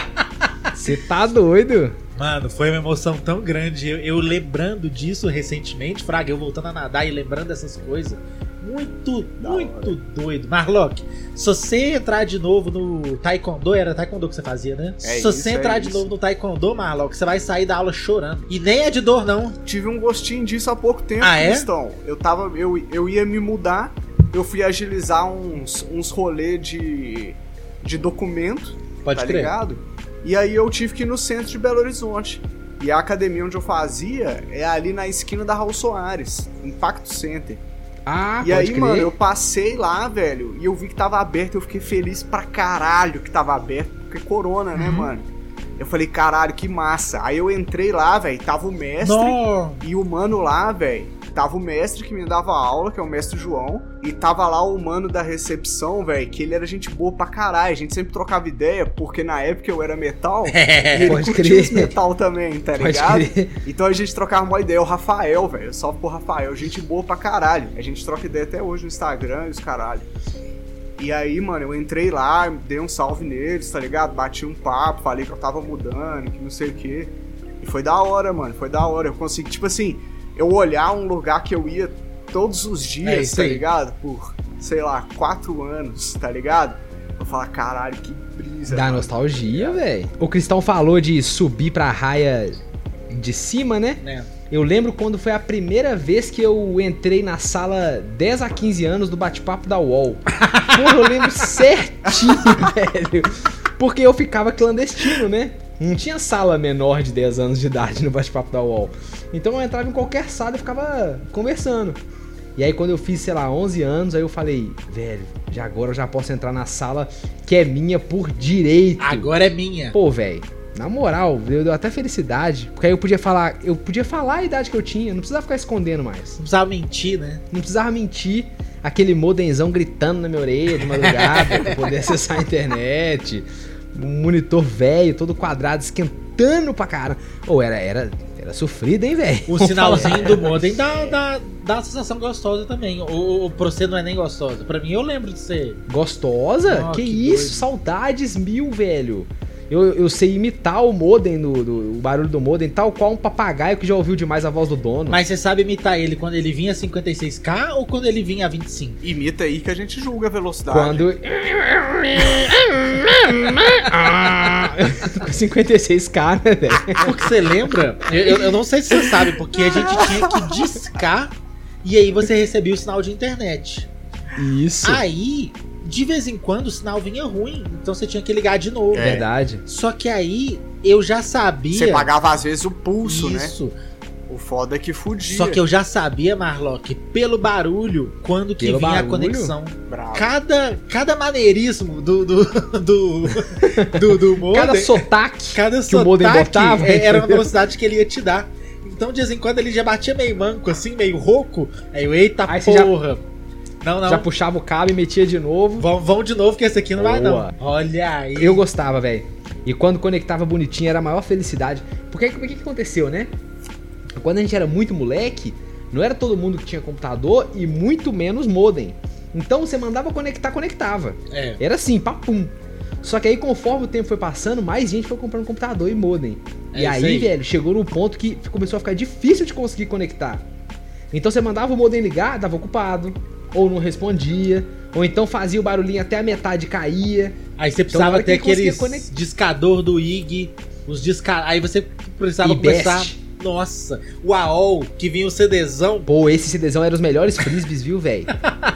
C: você tá doido?
A: Mano, foi uma emoção tão grande. Eu, eu lembrando disso recentemente, Fraga, eu voltando a nadar e lembrando dessas coisas. Muito,
B: Da
A: muito doido. Marlock, se você entrar de novo no Taekwondo, era Taekwondo que você fazia, né? se
B: isso,
A: você
B: é
A: entrar de
B: isso.
A: novo no Taekwondo, Marlock, você vai sair da aula chorando. E nem é de dor, não.
B: Tive um gostinho disso há pouco tempo,
A: Ah, é?
B: Cristão. Eu tava. Eu, eu ia me mudar, eu fui agilizar uns, uns rolê de, de documento,
A: Pode
B: tá
A: crer.
B: ligado? E aí eu tive que ir no centro de Belo Horizonte. E a academia onde eu fazia é ali na esquina da Raul Soares, Impacto Center.
C: Ah,
B: e
C: pode
B: aí,
C: crer.
B: mano, eu passei lá, velho, e eu vi que tava aberto, eu fiquei feliz pra caralho que tava aberto, porque corona, né,
A: Uhum.
B: mano? Eu falei, caralho, que massa. Aí eu entrei lá, velho, tava o mestre,
A: Nó.
B: e o mano lá, velho, tava o mestre que me dava aula, que é o mestre João, e tava lá o mano da recepção, velho, que ele era gente boa pra caralho. A gente sempre trocava ideia, porque na época eu era metal. e ele
C: Pode
B: curtia
C: crer.
B: os metal também, tá
C: Pode
B: ligado?
C: crer.
B: Então a gente trocava uma ideia. O Rafael, velho, salve pro Rafael, gente boa pra caralho. A gente troca ideia até hoje no Instagram e os caralho. E aí, mano, eu entrei lá, dei um salve neles, tá ligado? Bati um papo, falei que eu tava mudando, que não sei o quê. E foi da hora, mano, foi da hora. Eu consegui, tipo assim, eu olhar um lugar que eu ia todos os
A: É
B: dias,
A: isso
B: tá
A: aí.
B: ligado? Por, sei lá, quatro anos, tá ligado? Eu falar, caralho, que brisa.
C: Dá
B: mano."
C: nostalgia, velho. O Cristão falou de subir pra raia de cima, né?
A: Né?
C: Eu lembro quando foi a primeira vez que eu entrei na sala 10 a 15 anos do bate-papo da UOL. Porra, eu lembro certinho, velho. Porque eu ficava clandestino, né? Não tinha sala menor de 10 anos de idade no bate-papo da UOL. Então eu entrava em qualquer sala e ficava conversando. E aí quando eu fiz, sei lá, 11 anos, aí eu falei, velho, já agora eu já posso entrar na sala que é minha por direito.
A: Agora é minha.
C: Pô, velho, na moral, deu, deu até felicidade. Porque aí eu podia falar, eu podia falar a idade que eu tinha, não precisava ficar escondendo mais.
A: Não precisava mentir, né?
C: Não precisava mentir aquele modenzão gritando na minha orelha de madrugada pra poder acessar a internet. Um monitor velho, todo quadrado, esquentando pra caramba. Ou era, era, era sofrido, hein, velho?
A: O
C: Vamos
A: sinalzinho
C: falar.
A: do modem dá, dá, dá uma sensação gostosa também. Ou, ou pra você não é nem gostosa. Pra mim, eu lembro de ser.
C: Gostosa?
A: Ó,
C: que,
A: que
C: isso?
A: doido.
C: Saudades mil, velho. Eu, eu sei imitar o modem, do, do- o barulho do modem, tal qual um papagaio que já ouviu demais a voz do dono.
A: Mas você sabe imitar ele quando ele vinha a 56k ou quando ele vinha a 25?
B: Imita aí que a gente julga a velocidade.
C: Quando. Ah, Com 56k, né, velho?
A: Porque você lembra? Eu, eu- eu não sei se você sabe, porque a gente tinha que discar e aí você recebia o sinal de internet.
C: Isso.
A: Aí, de vez em quando, o sinal vinha ruim, então você tinha que ligar de novo.
B: É.
C: Verdade.
A: Só que aí eu já sabia.
B: Você pagava às vezes o pulso, né?
A: isso.
B: O foda é que fudia.
A: Só que eu já sabia, Marlock, pelo barulho, quando que
C: Pelo
A: vinha
C: barulho?
A: a conexão.
B: Bravo.
A: Cada, cada maneirismo do do do do, do modem,
C: Cada
A: cada,
C: sotaque.
A: sotaque
C: o modem botava,
A: é, era uma
C: entendeu?
A: velocidade que ele ia te dar. Então, de vez em quando, ele já batia meio manco, assim, meio rouco. Aí eu, eita
C: Aí você já-
A: porra. Não, não.
C: Já puxava o cabo e metia de novo.
A: Vão, vão de novo, que esse aqui não vai,
C: Boa.
A: não. Olha aí.
C: Eu gostava, velho. E quando conectava bonitinho era a maior felicidade. Porque o que, que aconteceu, né? Quando a gente era muito moleque, não era todo mundo que tinha computador e muito menos modem. Então você mandava conectar, conectava.
A: É.
C: Era assim, papum. Só que aí, conforme o tempo foi passando, mais gente foi comprando computador e modem.
A: É
C: e
A: isso
C: aí,
A: aí.
C: velho, chegou no ponto que começou a ficar difícil de conseguir conectar. Então você mandava o modem ligar, dava ocupado, ou não respondia, ou então fazia o barulhinho até a metade caía.
A: Aí você precisava
C: Então, hora que
A: ter
C: conseguia
A: aqueles
C: conectar-
A: discador do IG, os disca... Aí você precisava
C: E
A: começar.
C: best.
A: Nossa, o AOL, que vinha o CDzão.
C: Pô, esse CDzão era os melhores frisbees, viu, velho?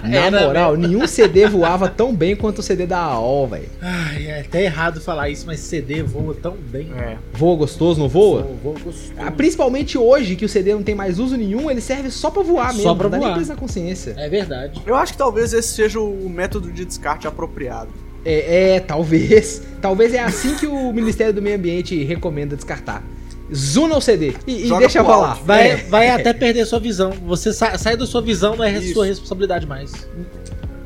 C: Na
A: Era
C: moral, nenhum CD voava tão bem quanto o CD da AOL, velho.
A: Ai, é até errado falar isso, mas CD voa tão bem.
B: É.
C: Voa gostoso, não voa?
A: Voa gostoso.
C: Ah, principalmente hoje, que o CD não tem mais uso nenhum, ele serve só pra voar mesmo.
A: Só pra
C: não dá nem
A: voar.
C: peso na consciência.
A: É verdade.
B: Eu acho que talvez esse seja o método de descarte apropriado.
C: É, é, talvez. Talvez é assim que o Ministério do Meio Ambiente recomenda descartar. Zuna o CD e, e
B: Joga
C: deixa
B: pro
C: rolar.
B: alto.
A: Vai,
C: É.
A: vai até perder sua visão. Você sa- sai da sua visão, não é
B: Isso.
A: sua responsabilidade mais.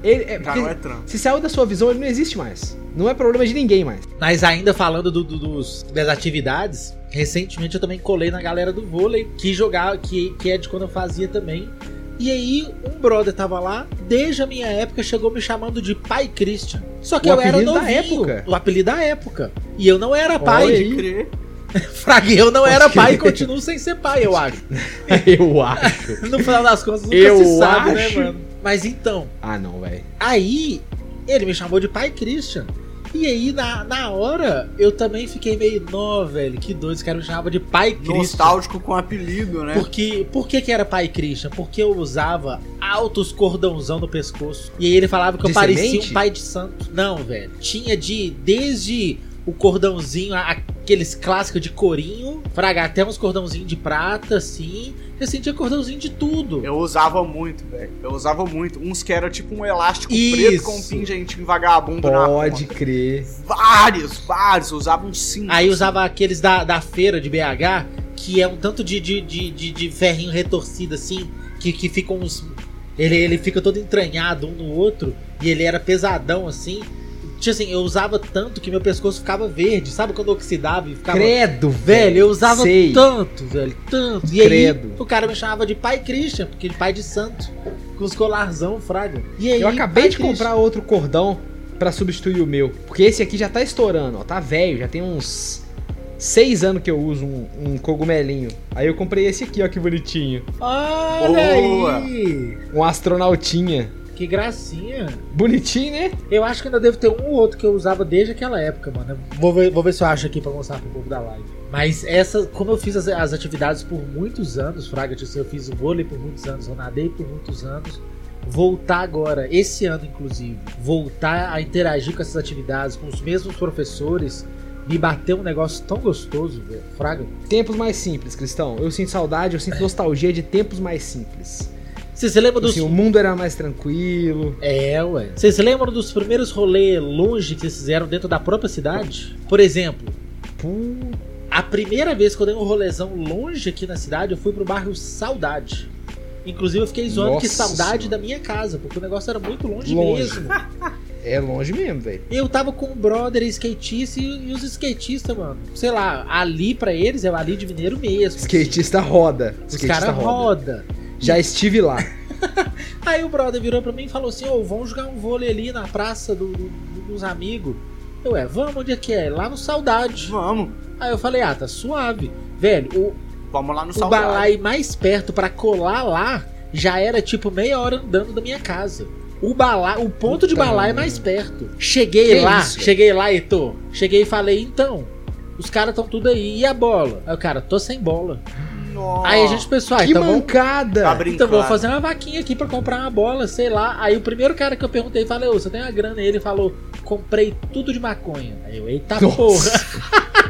C: Ele-
B: Já
C: é, porque
B: não é trampo.
C: se saiu da sua visão, ele não existe mais. Não é problema de ninguém mais.
A: Mas ainda falando do- do- dos, das atividades, recentemente eu também colei na galera do vôlei, que jogava, que, que é de quando eu fazia também. E aí, um brother tava lá, desde a minha época, chegou me chamando de Pai Christian. Só que
C: O
A: eu era
C: apelido da
A: novinho.
C: época.
A: O apelido da época. E eu não era pai.
C: aí.
B: Pode crer.
A: Fraga, eu não era
C: Pode
A: pai e
C: crer.
A: continuo sem ser pai, eu acho.
C: Eu acho.
A: No final das contas, nunca
C: Eu
A: se sabe,
C: acho.
A: né, mano? Mas então,
C: Ah, não, velho.
A: Aí ele me chamou de pai Christian. E aí, na, na hora, eu também fiquei meio, nó, velho, que doido, esse cara me chamava de pai Christian.
B: Nostálgico com apelido, né?
A: Porque, por que que era pai Christian? Porque eu usava altos cordãozão no pescoço. E aí ele falava que
C: De
A: eu parecia
C: semente?
A: um pai de santo. Não, velho. Tinha de, desde o cordãozinho, a- aqueles clássicos de corinho, fraga, até uns cordãozinhos de prata, assim. Eu sentia cordãozinho de tudo.
B: Eu usava muito, velho. Eu usava muito. Uns que era tipo um elástico
A: Isso.
B: preto com um pingentinho vagabundo na
C: Pode
B: ponta.
C: crer.
B: Vários, vários. Eu usava um cinto.
A: Aí usava aqueles da, da feira de BH, que é um tanto de, de, de, de, de ferrinho retorcido, assim, que, que fica uns. Ele, ele fica todo entranhado um no outro, e ele era pesadão, assim. Tinha assim, eu usava tanto que meu pescoço ficava verde, sabe quando oxidava e
B: Tá
A: ficava.
C: Credo,
A: Velho, eu usava
C: Sei.
A: tanto, velho, tanto. E
C: Credo.
A: aí, o cara me chamava de pai Christian, porque ele pai de santo, com os colarzão, fraga. E aí, tá
C: Eu acabei
A: pai
C: de
A: Christian.
C: comprar outro cordão pra substituir o meu. Porque esse aqui já tá estourando, ó. Tá velho, já tem uns seis anos que eu uso um, um cogumelinho. Aí eu comprei esse aqui, ó, que bonitinho.
A: Olha
B: Boa.
A: aí!
C: Um astronautinha.
A: Que gracinha!
C: Bonitinho, né?
A: Eu acho que ainda devo ter um ou outro que eu usava desde aquela época, mano. Eu Vou ver, vou ver se eu acho aqui pra mostrar pro povo da live. Mas essa, como eu fiz as, as atividades por muitos anos, Fraga, tipo assim, eu fiz o vôlei por muitos anos, eu nadei por muitos anos. Voltar agora, esse ano inclusive, voltar a interagir com essas atividades, com os mesmos professores, me bateu um negócio tão gostoso, velho. Fraga.
C: Tempos mais simples, Cristão. Eu sinto saudade, eu sinto nostalgia de tempos mais simples.
A: Você se lembra dos.
C: Assim, o mundo era mais tranquilo.
A: É, ué. Vocês lembram dos primeiros rolês longe que vocês fizeram dentro da própria cidade? Por exemplo,
C: Pô,
A: A primeira vez que eu dei um rolezão longe aqui na cidade, eu fui pro bairro Saudade. Inclusive, eu fiquei zoando
C: Nossa
A: que saudade
C: Senhora.
A: da minha casa, porque o negócio era muito longe,
C: Longe.
A: mesmo.
C: é longe mesmo, velho.
A: Eu tava com o brother skatista e, e os skatistas, mano. Sei lá, ali pra eles é o ali de Mineiro mesmo.
C: Skatista roda.
A: Os
C: Skatista
A: caras
C: roda.
A: roda.
C: Já estive lá.
A: Aí o brother virou pra mim e falou assim: Ô, vamos jogar um vôlei ali na praça do- do- do- dos amigos. Eu, é, vamos, onde é que é? Lá no Saudade.
B: Vamos.
A: Aí eu falei: ah, tá suave. Velho, o,
B: Vamos lá no
C: um
A: o
B: saudade.
A: balai mais perto pra colar lá já era tipo meia hora andando da minha casa. O balai, o ponto de
C: Puta
A: balai é
C: merda.
A: mais perto. Cheguei
C: Que
A: lá,
C: isso, velho?
A: cheguei lá, Heitor. Cheguei e falei, então, os caras estão tudo aí, e a bola? Aí o cara, tô sem bola.
B: Nossa.
A: Aí a gente pensou, ah,
C: que
A: então vamos,
C: mancada!
B: Tá brincando.
A: então vou fazer uma vaquinha aqui pra comprar uma bola, sei lá. Aí o primeiro cara que eu perguntei, falei, ô, você tem uma grana? E ele falou, comprei tudo de maconha. Aí eu, eita porra.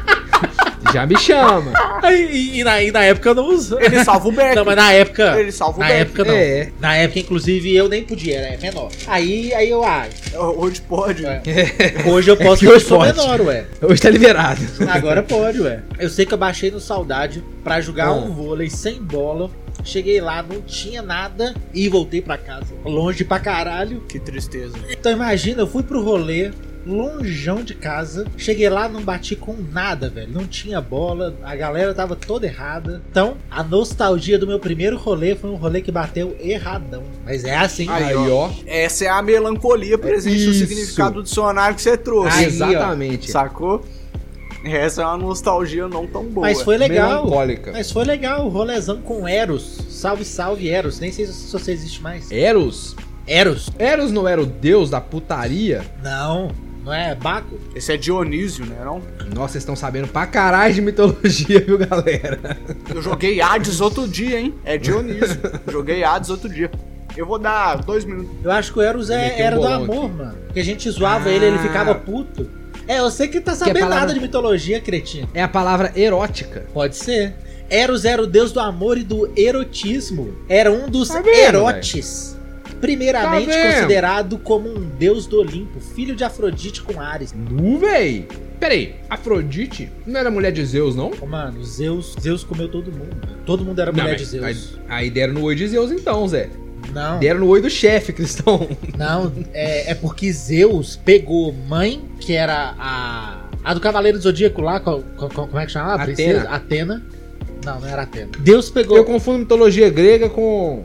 C: Já me chama.
A: Aí, e, e na, e na época eu não usei.
B: Ele salva o Beck.
A: Não, mas na época...
B: Ele salva o
A: Na
B: Beck.
A: época não.
C: É.
A: Na época, inclusive, eu nem podia, era menor. Aí, aí eu, ah,
B: Hoje pode.
A: É. hoje eu posso porque
C: É que
A: eu
C: hoje
A: sou
C: pode.
A: menor, ué.
C: Hoje tá liberado.
A: Agora pode, ué. Eu sei que eu baixei no Saudade pra jogar
C: Ah.
A: um vôlei sem bola. Cheguei lá, não tinha nada e voltei pra casa. Longe pra caralho.
B: Que tristeza.
A: Então imagina, eu fui pro rolê, longeão de casa. Cheguei lá, não bati com nada, velho. Não tinha bola, a galera tava toda errada. Então, a nostalgia do meu primeiro rolê foi um rolê que bateu erradão. Mas é assim.
B: Aí,
C: Aí,
B: ó.
C: ó.
B: Essa é a melancolia presente no
C: Isso.
B: significado do dicionário que você trouxe.
A: Aí,
C: Exatamente.
B: Sacou? Essa é uma nostalgia não tão boa.
A: Mas foi é legal.
C: Melancólica.
A: Mas foi legal o rolezão com Eros. Salve, salve, Eros. Nem sei se se você existe mais.
C: Eros?
A: Eros?
C: Eros não era o deus da putaria?
A: Não, não é Baco?
B: Esse é Dionísio, né? Não?
C: Nossa, vocês estão sabendo pra caralho de mitologia, viu, galera?
B: Eu joguei Hades outro dia, hein? É Dionísio. joguei Hades outro dia. Eu vou dar dois minutos.
A: Eu acho que o Eros
C: Eu
A: é-
C: meti um
A: era do
C: bolão
A: amor, mano. Porque a gente zoava
C: Ah.
A: ele, ele ficava puto. É, eu sei que tá sabendo
C: palavra-
A: nada de mitologia, cretino.
C: É a palavra erótica.
A: Pode ser. Eros era o deus do amor e do erotismo. Era um dos
C: Tá vendo,
A: erotes. Primeiramente
C: Tá vendo?
A: considerado como um deus do Olimpo, filho de Afrodite com Ares.
C: Nu, véi. Peraí, Afrodite não era mulher de Zeus, não?
A: Ô, Mano, Zeus, Zeus comeu todo mundo. Todo mundo era
C: Não,
A: mulher
C: mas
A: de Zeus.
C: Aí, aí deram no oi de Zeus então, Zé.
A: Não,
C: Deram no oi do chefe, cristão.
A: não. É, é porque Zeus pegou mãe, que era a. A do Cavaleiro do Zodíaco lá, co- co- co- como é que chama? A
C: Atena.
A: princesa? Atena. Não, não era Atena. Deus pegou
C: Eu confundo mitologia grega com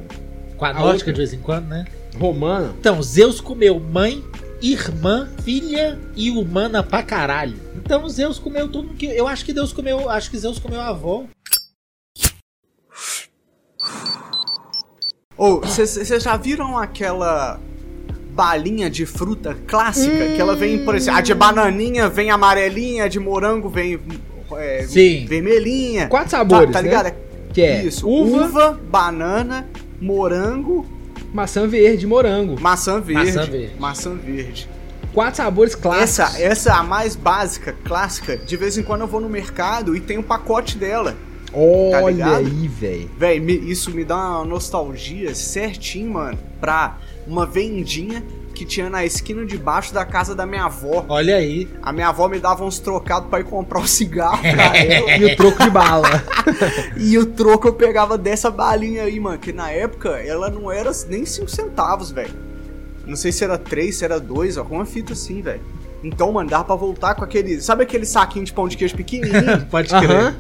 A: com a
C: a
A: nórdica
C: outra.
A: de vez em quando, né?
C: romana.
A: Então, Zeus comeu mãe, irmã, filha e humana pra caralho. Então, Zeus comeu tudo que. Eu acho que Deus comeu. Acho que Zeus comeu avó.
B: Ou, vocês já viram aquela balinha de fruta clássica? Que ela vem, por exemplo, a de bananinha vem amarelinha, a de morango vem é,
A: Sim.
B: vermelhinha.
C: Quatro
B: Tá,
C: sabores,
B: tá ligado?
C: né? Que é
B: Isso. Uva,
C: uva,
B: banana, morango,
C: maçã verde, e morango.
B: maçã verde.
A: Maçã verde.
B: Maçã verde.
C: Quatro sabores clássicos.
B: Essa, essa é a mais básica, clássica. De vez em quando eu vou no mercado e tem um pacote dela. Tá
C: Olha
B: ligado?
C: aí, velho.
B: Véi, me- isso me dá uma nostalgia certinho, mano, pra uma vendinha que tinha na esquina de baixo da casa da minha avó.
A: Olha aí.
B: A minha avó me dava uns trocados pra ir comprar um cigarro pra ela.
C: E o troco de bala.
B: e o troco eu pegava dessa balinha aí, mano. Que na época ela não era nem 5 centavos, velho. Não sei se era 3, se era 2, alguma fita assim, velho. Então, mano, dava pra voltar com aquele. Sabe aquele saquinho de pão de queijo pequenininho?
A: Pode crer.
C: Aham.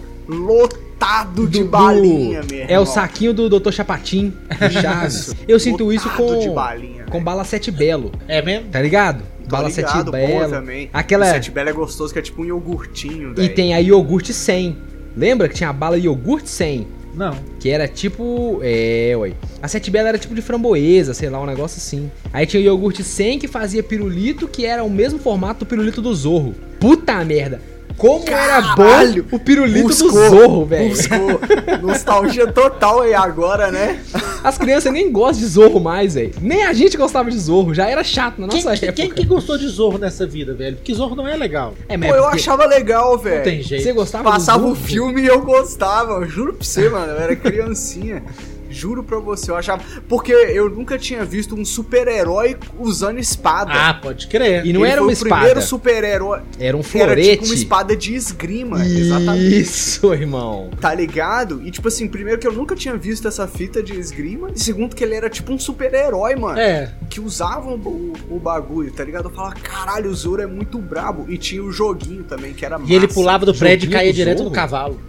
B: Lotado de
C: Do- do-
B: balinha, meu
C: É o
B: irmão.
C: saquinho do Dr. Chapatin. Chaves. Eu sinto isso
B: Lotado
C: com,
B: de balinha,
C: com bala sete belo,
A: É mesmo?
C: tá ligado?
B: Tô
C: Bala
B: ligado,
C: sete
B: bom
C: belo.
B: também.
C: Aquela-
B: O Sete Belo é gostoso, que é tipo um iogurtinho,
C: E
B: velho.
C: tem a iogurte 100. Lembra que tinha a bala iogurte 100?
A: Não.
C: Que era tipo. É, ué. A Sete Bela era tipo de framboesa, sei lá, um negócio assim. Aí tinha o iogurte 100 que fazia pirulito, que era o mesmo formato do pirulito do Zorro. Puta merda! Como era
B: Caralho! Um
C: bom o pirulito
B: Buscou,
C: um do Zorro, velho.
B: Buscou. Nostalgia total aí agora, né?
C: As crianças nem gostam de Zorro mais, velho. Nem a gente gostava de Zorro, já era chato na
A: Quem,
C: nossa
A: quem-
C: época.
A: quem que é gostou de Zorro nessa vida, velho? Porque Zorro não é legal.
C: É,
B: Pô,
C: mas é
B: eu
C: porque
B: achava legal,
A: Não tem
B: velho.
A: jeito.
C: É, Você gostava
B: Passava
C: do
B: o
C: Zorro?
B: filme e eu gostava. eu Juro pra você, mano. Eu era criancinha. Juro pra você, eu achava. Porque eu nunca tinha visto um super-herói usando espada.
A: Ah, pode crer.
C: E não
B: Ele
C: era
B: foi
C: uma
B: o
C: espada.
B: primeiro super-herói.
C: Era um
B: Era
C: florete.
B: tipo uma espada de esgrima. Exatamente.
C: Isso, irmão.
B: Tá ligado? E tipo assim, primeiro que eu nunca tinha visto essa fita de esgrima. E segundo que ele era tipo um super-herói, mano.
A: É.
B: Que usava o, o bagulho, tá ligado? Eu falava, caralho, o Zoro é muito brabo. E tinha o joguinho também, que era massa.
A: E ele pulava do prédio e
C: Joguinho
A: caía
C: do
A: direto
C: Zorro?
A: no cavalo.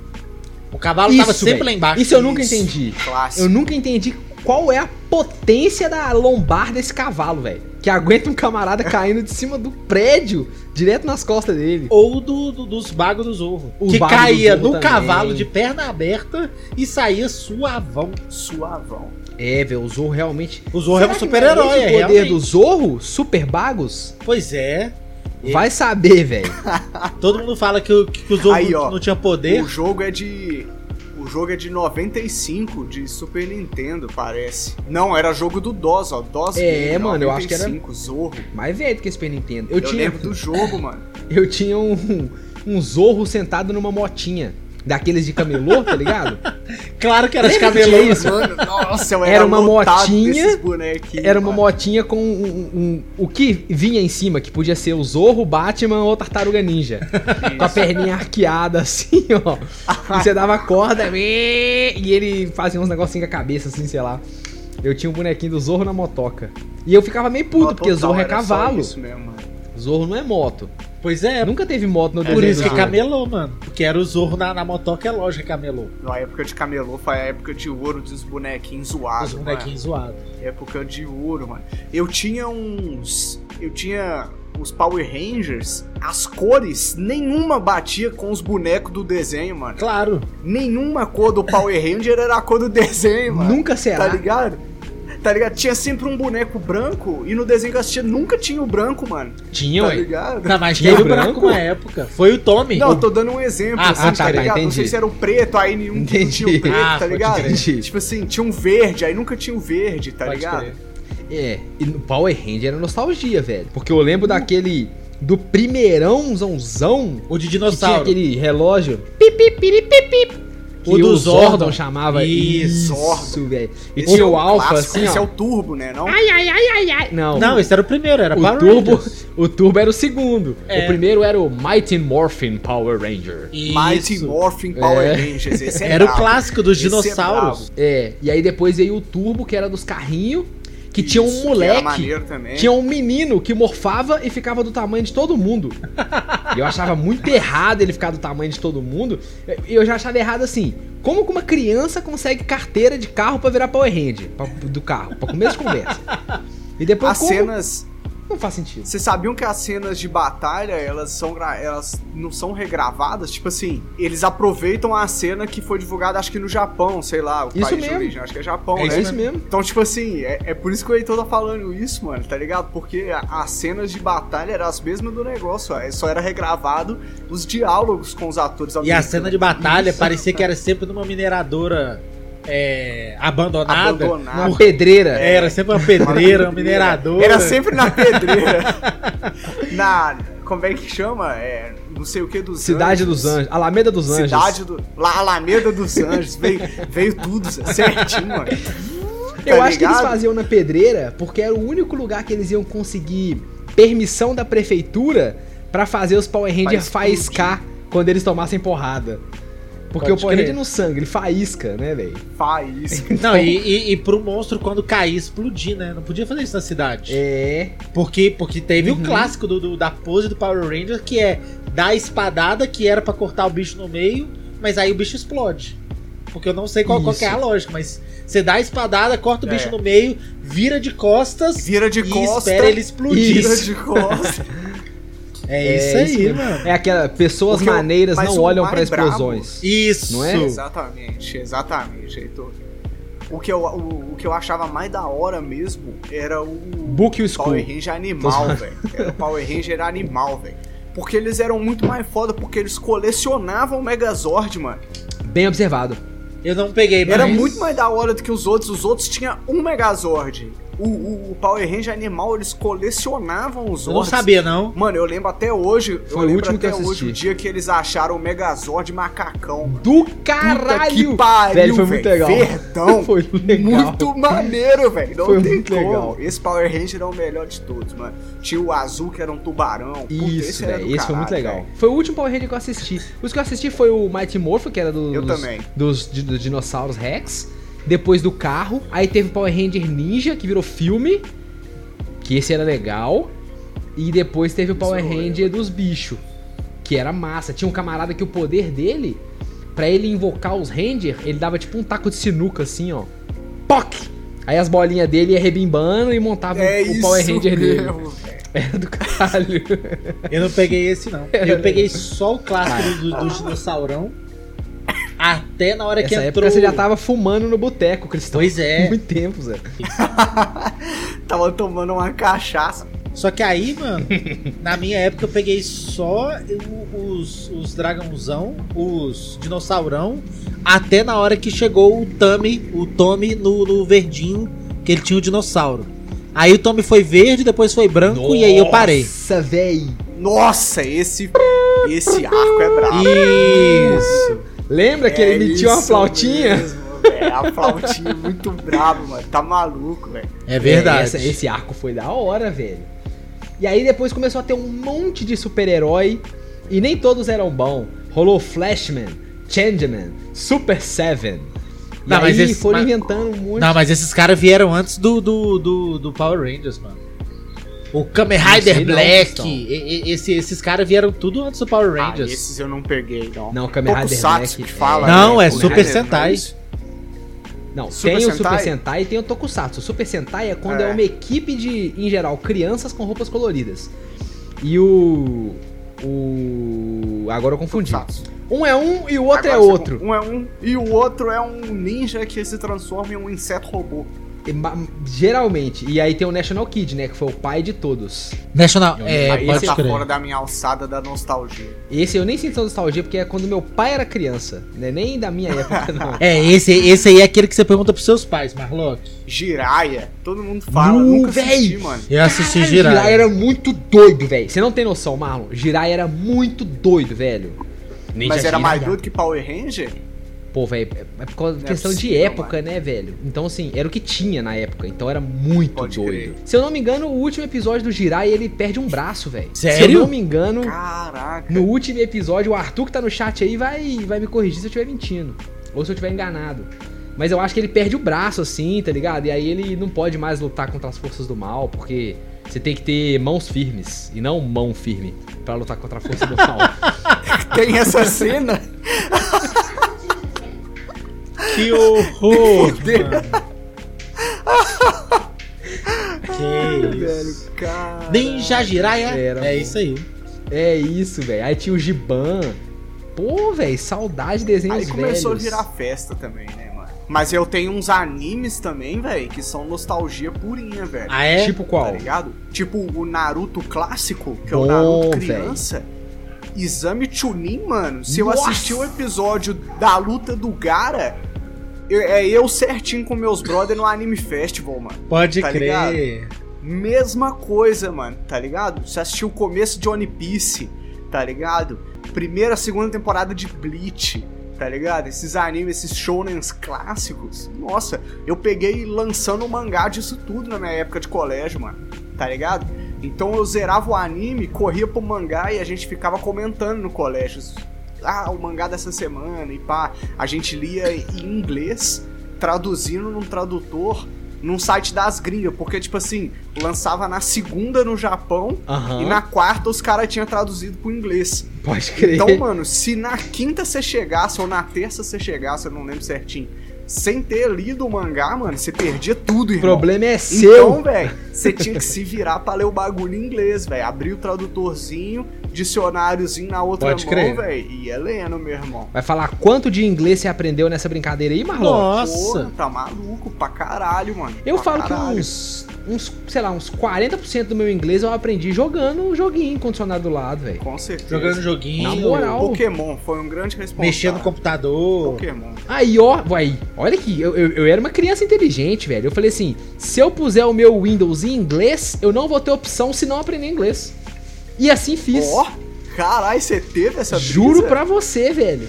A: O cavalo tava
C: Isso,
A: sempre
C: velho.
A: lá embaixo.
C: Isso é um- eu nunca
B: Isso.
C: entendi.
B: Clássico.
C: Eu nunca entendi qual é a potência da lombar desse cavalo, velho. Que aguenta um camarada caindo de cima do prédio, direto nas costas dele.
A: Ou do, do- dos bagos do Zorro.
C: Os
A: que
C: bagos do
A: caía
C: Zorro
A: no
C: também.
A: cavalo de perna aberta e saía suavão.
B: Suavão.
C: É, velho, o Zorro realmente.
A: O Zorro é um
C: Será que
A: super-herói,
C: não
A: é
C: esse O poder
A: realmente.
C: do Zorro, Super Bagos,
A: Pois é. É.
C: vai saber, velho.
A: Todo mundo fala que, o- que o Zorro
B: Aí, ó.
A: não tinha
B: O
A: poder.
B: jogo é de. O jogo é de 95, de Super Nintendo, parece. Não, era jogo do DOS, ó. DOS
C: É,
B: Game,
C: mano, eu acho que era-
B: 95, Zorro.
C: Mais velho do que esse Super Nintendo. Eu,
B: Eu,
C: tinha,
B: lembro do jogo, mano.
C: eu tinha um, um Zorro sentado numa motinha. Daqueles de camelô, tá ligado?
A: Claro que era de né?
C: Lembra que
A: cabelão.
C: tinha isso?
B: Mano, nossa, eu era,
C: Era uma
B: lotado
C: motinha,
B: desses bonequinhos,
C: Era uma
B: mano.
C: motinha com um, um- um- o que vinha em cima, que podia ser o Zorro, Batman ou Tartaruga Ninja. com a perninha arqueada assim, ó. E você dava corda e ele fazia uns negocinhos com a cabeça, assim, sei lá. Eu tinha um bonequinho do Zorro na motoca. E eu ficava meio puto,
B: Não,
C: porque
B: total,
C: Zorro é
B: era só
C: cavalo.
B: Isso mesmo, mano.
C: Zorro não é moto.
A: Pois é,
C: Nunca teve moto no
A: por
C: desenho
A: isso
C: do
A: que
C: Zorro.
A: camelou, mano. Porque era o Zorro na, na motoca, é lógico que camelou.
B: Na época de camelô foi a época de ouro dos bonequinhos
A: Os
C: Ah,
B: zoados. mano.
C: é.
A: bonequinhos zoados.
B: Época de ouro, mano. Eu tinha uns. Eu tinha os Power Rangers. As cores, nenhuma batia com os bonecos do desenho, mano.
A: Claro.
B: Nenhuma cor do Power Ranger era a cor do desenho, mano.
C: Nunca será.
B: Tá ligado? Tá ligado? Tinha sempre um boneco branco e no desenho que eu assistia nunca tinha o branco, mano.
C: Tinha,
B: tá
C: ué.
B: ligado?
A: Não, mas
C: Tinha
A: teve o
C: o
A: branco
C: branco?
A: na época. Foi o Tommy.
B: Não, eu tô dando um exemplo,
C: Ah,
B: assim,
C: ah,
B: tá,
C: tá, tá,
B: ligado? Não sei
C: entendi.
B: se era o preto, aí nenhum
C: Entendi.
B: tinha o preto,
A: Ah,
B: tá
A: pode
B: ligado?
C: crer. Entendi.
B: Tipo assim, tinha um verde, aí nunca tinha o verde, tá
A: Pode
B: ligado?
A: crer.
C: É, e no Power Ranger era nostalgia, velho. Porque eu lembro daquele. Do primeirão zãozão.
A: O de
C: Que tinha
A: dinossauro.
C: aquele relógio. Pip, pip, pip, pip, pip, que
A: O do Zordon.
C: chamava
A: Isso,
C: isso,
B: Zordon.
C: velho. E
B: Esse
C: tinha
B: é um
C: o Alpha,
B: clássico,
C: assim,
B: Esse é
C: ó.
B: o turbo, né? Não?
C: Ai, ai, ai, ai, ai. Não,
A: Não, esse era o primeiro, era
C: o,
A: Power
C: turbo,
A: Rangers.
C: o Turbo era o segundo.
A: É.
C: O primeiro era o Mighty Morphin Power Ranger.
B: Mighty
A: Isso.
B: Morphin Power
C: É.
B: Rangers, esse é
A: Era o
B: brabo.
A: clássico dos
B: Esse é
A: dinossauros.
C: É, e aí depois veio o Turbo, que era dos carrinhos, que tinha
B: Isso,
C: um
B: que era
C: moleque...
B: maneiro também.
C: Tinha um menino que morfava e ficava do tamanho de todo mundo. E eu achava muito errado ele ficar do tamanho de todo mundo. E eu já achava errado assim. Como que uma criança consegue carteira de carro pra virar Power Ranger pra- do carro? Pra começo de conversa. E depois
B: As
C: como-
B: cenas.
C: Não faz sentido.
B: Vocês sabiam que as cenas de batalha, elas são gra- elas não são regravadas? Tipo assim, eles aproveitam a cena que foi divulgada, acho que no Japão, sei lá, o
C: Isso
B: país de
C: mesmo.
B: origem, acho que é Japão,
A: É
B: né?
C: É isso mesmo.
B: Então, tipo assim, é, é por isso que o Heitor tá falando isso, mano, tá ligado? Porque a- as cenas de batalha eram as mesmas do negócio, ó, é, só era regravado os diálogos com os atores.
A: E a cena de batalha
B: Isso.
A: parecia que era sempre numa mineradora é, abandonada.
B: Abandonada.
C: Uma pedreira.
A: É, Era sempre uma pedreira, uma mineradora.
B: Era sempre na pedreira. na. Como é que chama? É. Não sei o que dos
C: Cidade dos Anjos. Alameda dos Anjos.
B: Cidade do. Lá, Alameda dos Anjos. Veio, veio tudo certinho, mano.
C: Eu
B: Tá
C: acho que eles
B: ligado?
C: faziam na pedreira porque era o único lugar que eles iam conseguir permissão da prefeitura pra fazer os Power Rangers
B: Pra explodir.
C: faiscar quando eles tomassem porrada. Porque
A: Pode
C: o Power
A: crer.
C: Ranger não sangue, ele faísca, né, velho?
B: Faísca.
A: Não, e, e, e pro monstro quando cair explodir, né? Não podia fazer isso na cidade.
C: É.
A: Porque, porque teve
C: Uhum.
A: o clássico do, do- da pose do Power Ranger, que é dar a espadada que era pra cortar o bicho no meio, mas aí o bicho explode. Porque eu não sei qual, qual que é a
C: Isso.
A: lógica, mas você dá a espadada, corta o
B: É.
A: bicho no meio, vira de costas
B: Vira de
A: e
B: costa.
A: espera ele explodir.
B: Vira de costa.
A: É,
C: É
A: isso aí,
C: isso mesmo.
A: mano.
C: É aquela. Pessoas
B: Porque o-
C: maneiras
B: mas
C: não
B: o
C: olham
B: mais
C: pra explosões.
A: Isso.
C: Não é?
B: Exatamente, exatamente, Heitor. O que, eu, o, o que eu achava mais da hora mesmo era o.
C: Book o School.
B: Power Ranger é animal, velho. Era o Power Ranger animal, velho. Porque eles eram muito mais foda, porque eles colecionavam o Megazord, mano.
C: Bem observado.
A: Eu não peguei, mas...
B: Era
C: é
B: muito mais da hora do que os outros. Os outros tinham um Megazord. O, o- o Power Ranger animal, eles colecionavam os
A: Eu não
B: Zords.
A: sabia, não.
B: Mano, eu lembro até hoje.
C: Foi o
B: eu lembro
C: último que
B: até
C: eu assisti.
B: hoje o dia que eles acharam o Megazord macacão. mano.
C: Do
B: Puta
C: caralho!
B: que pariu,
C: velho, foi muito legal.
B: Verdão.
C: Foi legal.
B: Muito maneiro, velho. Não
C: Foi
B: tem
C: muito
B: como.
C: legal.
B: Esse Power Ranger é o melhor de todos, mano. Tinha o azul que era um tubarão. Puta,
C: Isso,
B: era
C: velho.
B: do
C: Esse foi muito
B: caralho,
C: legal.
B: velho.
C: Foi o último Power Ranger que eu assisti. Os que eu assisti foi o Mighty Morpho, que era dos,
B: Eu também.
C: dos, di- dos dinossauros Rex. Depois do carro. Aí teve o Power Ranger Ninja, que virou filme. Que esse era legal. E depois teve o Power
B: eu
C: Ranger dos bichos. Que era massa. Tinha um camarada que o poder dele, pra ele invocar os Ranger, ele dava tipo um taco de sinuca assim, ó. POC! Aí as bolinhas dele ia rebimbando e montava
B: É
C: o
B: isso
C: Power Ranger dele.
B: mesmo, velho.
C: Era do caralho.
A: Eu não peguei esse, não. Eu peguei só o clássico do, do dinossaurão. Até na hora É que
C: Ah. Essa
A: entrou.
C: época você já tava fumando no boteco, Cristão.
A: Pois é.
C: Muito tempo, Zé.
B: Tava tomando uma cachaça.
A: Só que aí, mano, na minha época eu peguei só o- os, os dragãozão, os dinossaurão, até na hora que chegou o Tommy, o Tommy no, no verdinho, que ele tinha o dinossauro. Aí o Tommy foi verde, depois foi branco e aí eu parei.
C: Nossa, véi.
B: Nossa, esse. Esse arco é brabo.
A: Isso.
C: Lembra que
B: É
C: ele emitiu uma
B: isso
C: flautinha?
B: mesmo, velho. a flautinha é muito brabo, mano. Tá maluco, velho.
A: É verdade.
C: É, essa- esse arco foi da hora, velho. E aí depois começou a ter um monte de super-herói. E nem todos eram bons. Rolou Flashman, Changeman, Super Seven. E
A: Não,
C: aí
A: mas esse-
C: foram
A: mas-
C: inventando um monte
A: Não, mas esses caras vieram antes do, do, do, do Power Rangers, mano. O Kamen
C: Não sei
A: Rider
C: não,
A: Black,
C: Cristão.
A: e- e- esse- esses caras vieram tudo antes do Power
D: Ah,
A: Rangers.
D: esses eu não peguei, não.
C: Não, Kamen Rider
D: Tokusatsu
C: Black.
D: que fala,
A: Não, é
D: Kamen
A: Super
D: Rider,
A: Sentai.
D: não é isso?
C: Não,
B: Super
C: tem o
B: Sentai?
C: Super Sentai e tem o Tokusatsu. O Super Sentai é quando é.
B: É.
C: uma equipe de, em geral, crianças com roupas coloridas. E o. O. Agora eu confundi.
D: Tokusatsu.
C: Um é um e o outro é
B: Tá. Agora,
C: outro.
B: Um é um e o outro é um ninja que se transforma em um inseto robô.
C: E ma- Geralmente. E aí tem o National Kid, né? Que foi o pai de todos.
A: National.
B: Aí
A: É,
B: Aí
A: pode
B: tá
A: crer.
B: fora da minha alçada da nostalgia.
C: Esse eu nem sinto nostalgia porque é quando meu pai era criança. Né? Nem da minha época, não.
A: É, esse, esse aí é aquele que você pergunta pros seus pais, Marlock.
B: Giraia, todo mundo fala,
C: Nu,
B: nunca
C: véi.
B: assisti, mano.
A: Eu assisti
C: Caralho,
A: girar.
C: Jiraiya era muito doido, velho. Você não tem noção, Marlon. Jiraiya era muito doido, velho.
B: Mas
A: é
B: era mais
C: Jiraiya.
B: doido que Power Ranger?
C: Pô, velho, é por causa
B: Não é
C: questão de
B: possível,
C: época, né, velho? Então, assim, era o que tinha na época. Então era muito
B: Pode
C: doido.
B: crer.
C: Se eu não me engano, o último episódio do Jiraiya, ele perde um braço, velho. Se eu
A: Sério?
C: não me engano,
B: Caraca.
C: no último episódio, o Arthur que tá no chat aí vai, vai me corrigir se eu estiver mentindo. Ou se eu estiver enganado. Mas eu acho que ele perde o braço, assim, tá ligado? E aí ele não pode mais lutar contra as forças do mal, porque você tem que ter mãos firmes e não mão firme pra lutar contra a força do mal.
B: Tem essa cena?
A: Que horror! mano. que isso.
B: Velho, cara.
A: Ninja Jiraiya.
C: Era,
A: é
C: mano.
A: isso aí.
C: É isso, velho. Aí tinha o Giban. Pô, velho, saudade de desenhos
B: Aí começou
C: velhos.
B: a virar festa também, né, mano? Mas eu tenho uns animes também, velho, que são nostalgia purinha, velho.
A: Ah, é?
C: Tipo
B: Tá
C: qual?
B: ligado? Tipo o Naruto clássico, que é
C: Bom,
B: o Naruto
C: véi.
B: criança. Exame Chunin, mano. Se eu
C: Nossa!
B: assistir o episódio da luta do Gara, eu- é eu certinho com meus brother no Anime Festival, mano.
A: Pode
B: tá
A: crer.
B: Mesma coisa, mano, tá ligado? Você assistiu o começo de One Piece, tá ligado? Primeira, segunda temporada de Bleach, tá ligado? Esses animes, esses shounens clássicos. Nossa, eu peguei lançando o mangá disso tudo na minha época de colégio, mano, tá ligado? Então eu zerava o anime, corria pro mangá e a gente ficava comentando no colégio. Ah, o mangá dessa semana e pá. A gente lia em inglês, traduzindo num tradutor num site das gringas, porque, tipo assim, lançava na segunda no Japão
C: Aham.
B: e na quarta os caras tinham traduzido pro inglês.
C: Pode crer.
B: Então, mano, se na quinta você chegasse ou na terça você chegasse, eu não lembro certinho, sem ter lido o mangá, mano, você perdia tudo,
C: o
B: irmão.
C: problema é
B: Então,
C: seu.
B: velho, você tinha que se virar pra ler o bagulho em inglês, velho. Abrir o tradutorzinho, dicionáriozinho na outra
A: Pode
B: mão,
A: crer.
B: velho. E é lendo, meu irmão.
C: Vai falar quanto de inglês você aprendeu nessa brincadeira aí, Marlon?
A: Nossa.
B: Porra, tá maluco pra caralho, mano.
C: Eu
B: pra
C: falo
B: caralho.
C: que uns, uns, sei lá, uns 40% do meu inglês eu aprendi jogando o joguinho condicionado do lado, velho.
B: Com certeza.
A: Jogando
C: Na
A: joguinho,
C: moral.
B: Pokémon foi um grande responsável.
A: mexendo no computador.
B: Pokémon.
C: Aí, ó, vai. Olha aqui, eu, eu, eu era uma criança inteligente, velho. Eu falei assim: se eu puser o meu Windows em inglês, eu não vou ter opção se não aprender inglês. E assim fiz.
B: Ó, caralho, você teve essa brisa?
C: Juro pra você, velho.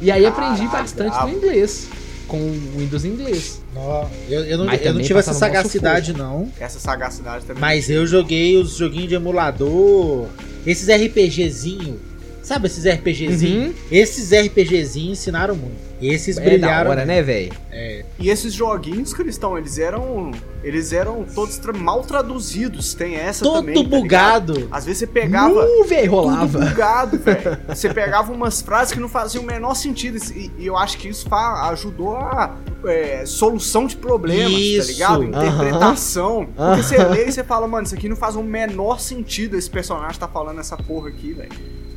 C: E aí aprendi
B: Caralho,
C: bastante
B: brabo.
C: no inglês. Com o Windows em inglês.
A: Nó, Eu, eu não,
C: Mas
A: eu não
C: também
A: tive essa
C: passava mó
A: sagacidade, não.
B: Essa sagacidade também.
A: Mas eu joguei os joguinhos de emulador. Esses RPGzinho. Sabe esses RPGzinho?
C: Uhum.
A: Esses RPGzinho ensinaram muito. Esses
C: É da
A: brilharam.
C: hora, né, velho?
B: E esses joguinhos, Cristão, eles eram. Eles eram todos tra- mal traduzidos. Tem essa
A: Todo
B: também. tá ligado?
A: bugado.
B: Às vezes você pegava.
C: Uh, velho,
B: Tudo
C: rolava.
B: bugado, velho. Você pegava umas frases que não faziam o menor sentido. E, e eu acho que isso fa- ajudou a é, solução de problemas,
A: Isso.
B: tá ligado? Interpretação.
C: Aham.
B: Porque você lê e você fala, mano, isso aqui não faz o menor sentido esse personagem tá falando essa porra aqui, velho.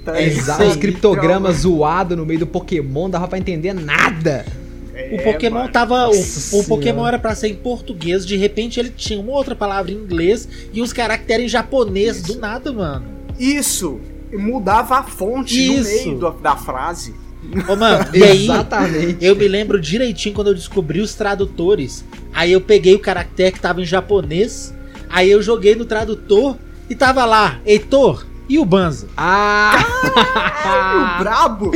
B: Tá
A: É,
B: ligado?
C: Usava os
A: Sim,
C: criptogramas zoado no meio do Pokémon, dava pra entender nada.
A: O
B: É,
A: Pokémon
B: mano.
A: tava. o-
C: Nossa
A: O,
C: Senhora.
A: Pokémon era pra ser em português, de repente ele tinha uma outra palavra em inglês e os caracteres em japonês
B: Isso.
A: do nada, mano.
B: Isso! Mudava a fonte no
A: Isso.
B: meio do- da frase.
A: Ô, mano, e aí
C: Exatamente.
A: eu me lembro direitinho quando eu descobri os tradutores. Aí eu peguei o caractere que tava em japonês, aí eu joguei no tradutor e tava lá, Heitor e o Banza.
C: Ah,
B: Caralho, brabo!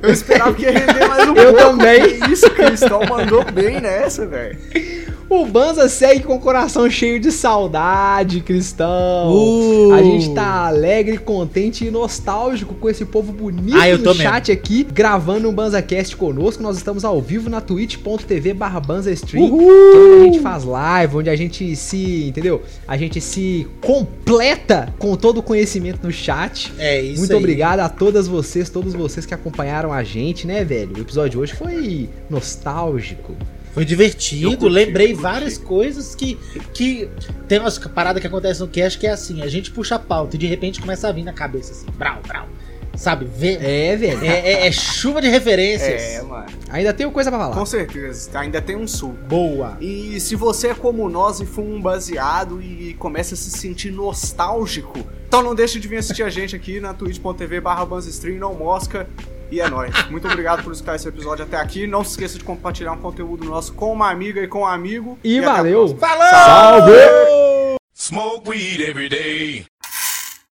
B: Eu esperava que ia render mais um
C: Eu
B: pouco.
C: também.
B: Que Isso, Cristão mandou bem nessa, velho.
C: O Banza segue com o coração cheio de saudade, cristão.
A: Uh.
C: A gente tá alegre, contente e nostálgico com esse povo bonito
A: Ah, eu
C: no
A: tô
C: chat aqui, gravando um BanzaCast conosco. Nós estamos ao vivo na twitch.tv barra BanzaStream. que é onde a gente faz live, onde a gente se, entendeu? A gente se completa com todo o conhecimento no chat.
A: É isso
C: Muito
A: aí.
C: obrigado a todas vocês, todos vocês que acompanharam a gente, né, velho? O episódio de hoje foi nostálgico.
A: Foi divertido,
B: Eu curti,
A: lembrei
B: eu curti.
A: várias coisas que, que. Tem umas paradas que acontecem no cast que é assim, a gente puxa a pauta e de repente começa a vir na cabeça assim, brau, brau. Sabe? Vê,
C: É, velho.
A: é, é- é chuva de referências.
B: É, mano.
C: Ainda tenho coisa pra falar.
B: Com certeza. Ainda tem um sul.
A: Boa.
B: E se você é como nós e fuma um baseado e começa a se sentir nostálgico, então não deixe de vir assistir a gente aqui na twitch.tv barra banzestream, não mosca. E é nóis. Muito obrigado por escutar esse episódio até aqui. Não se esqueça de compartilhar um conteúdo nosso com uma amiga e com um amigo.
C: E
B: até a
C: valeu.
B: próxima.
A: Falou!
C: Salve!
D: Smoke weed every day.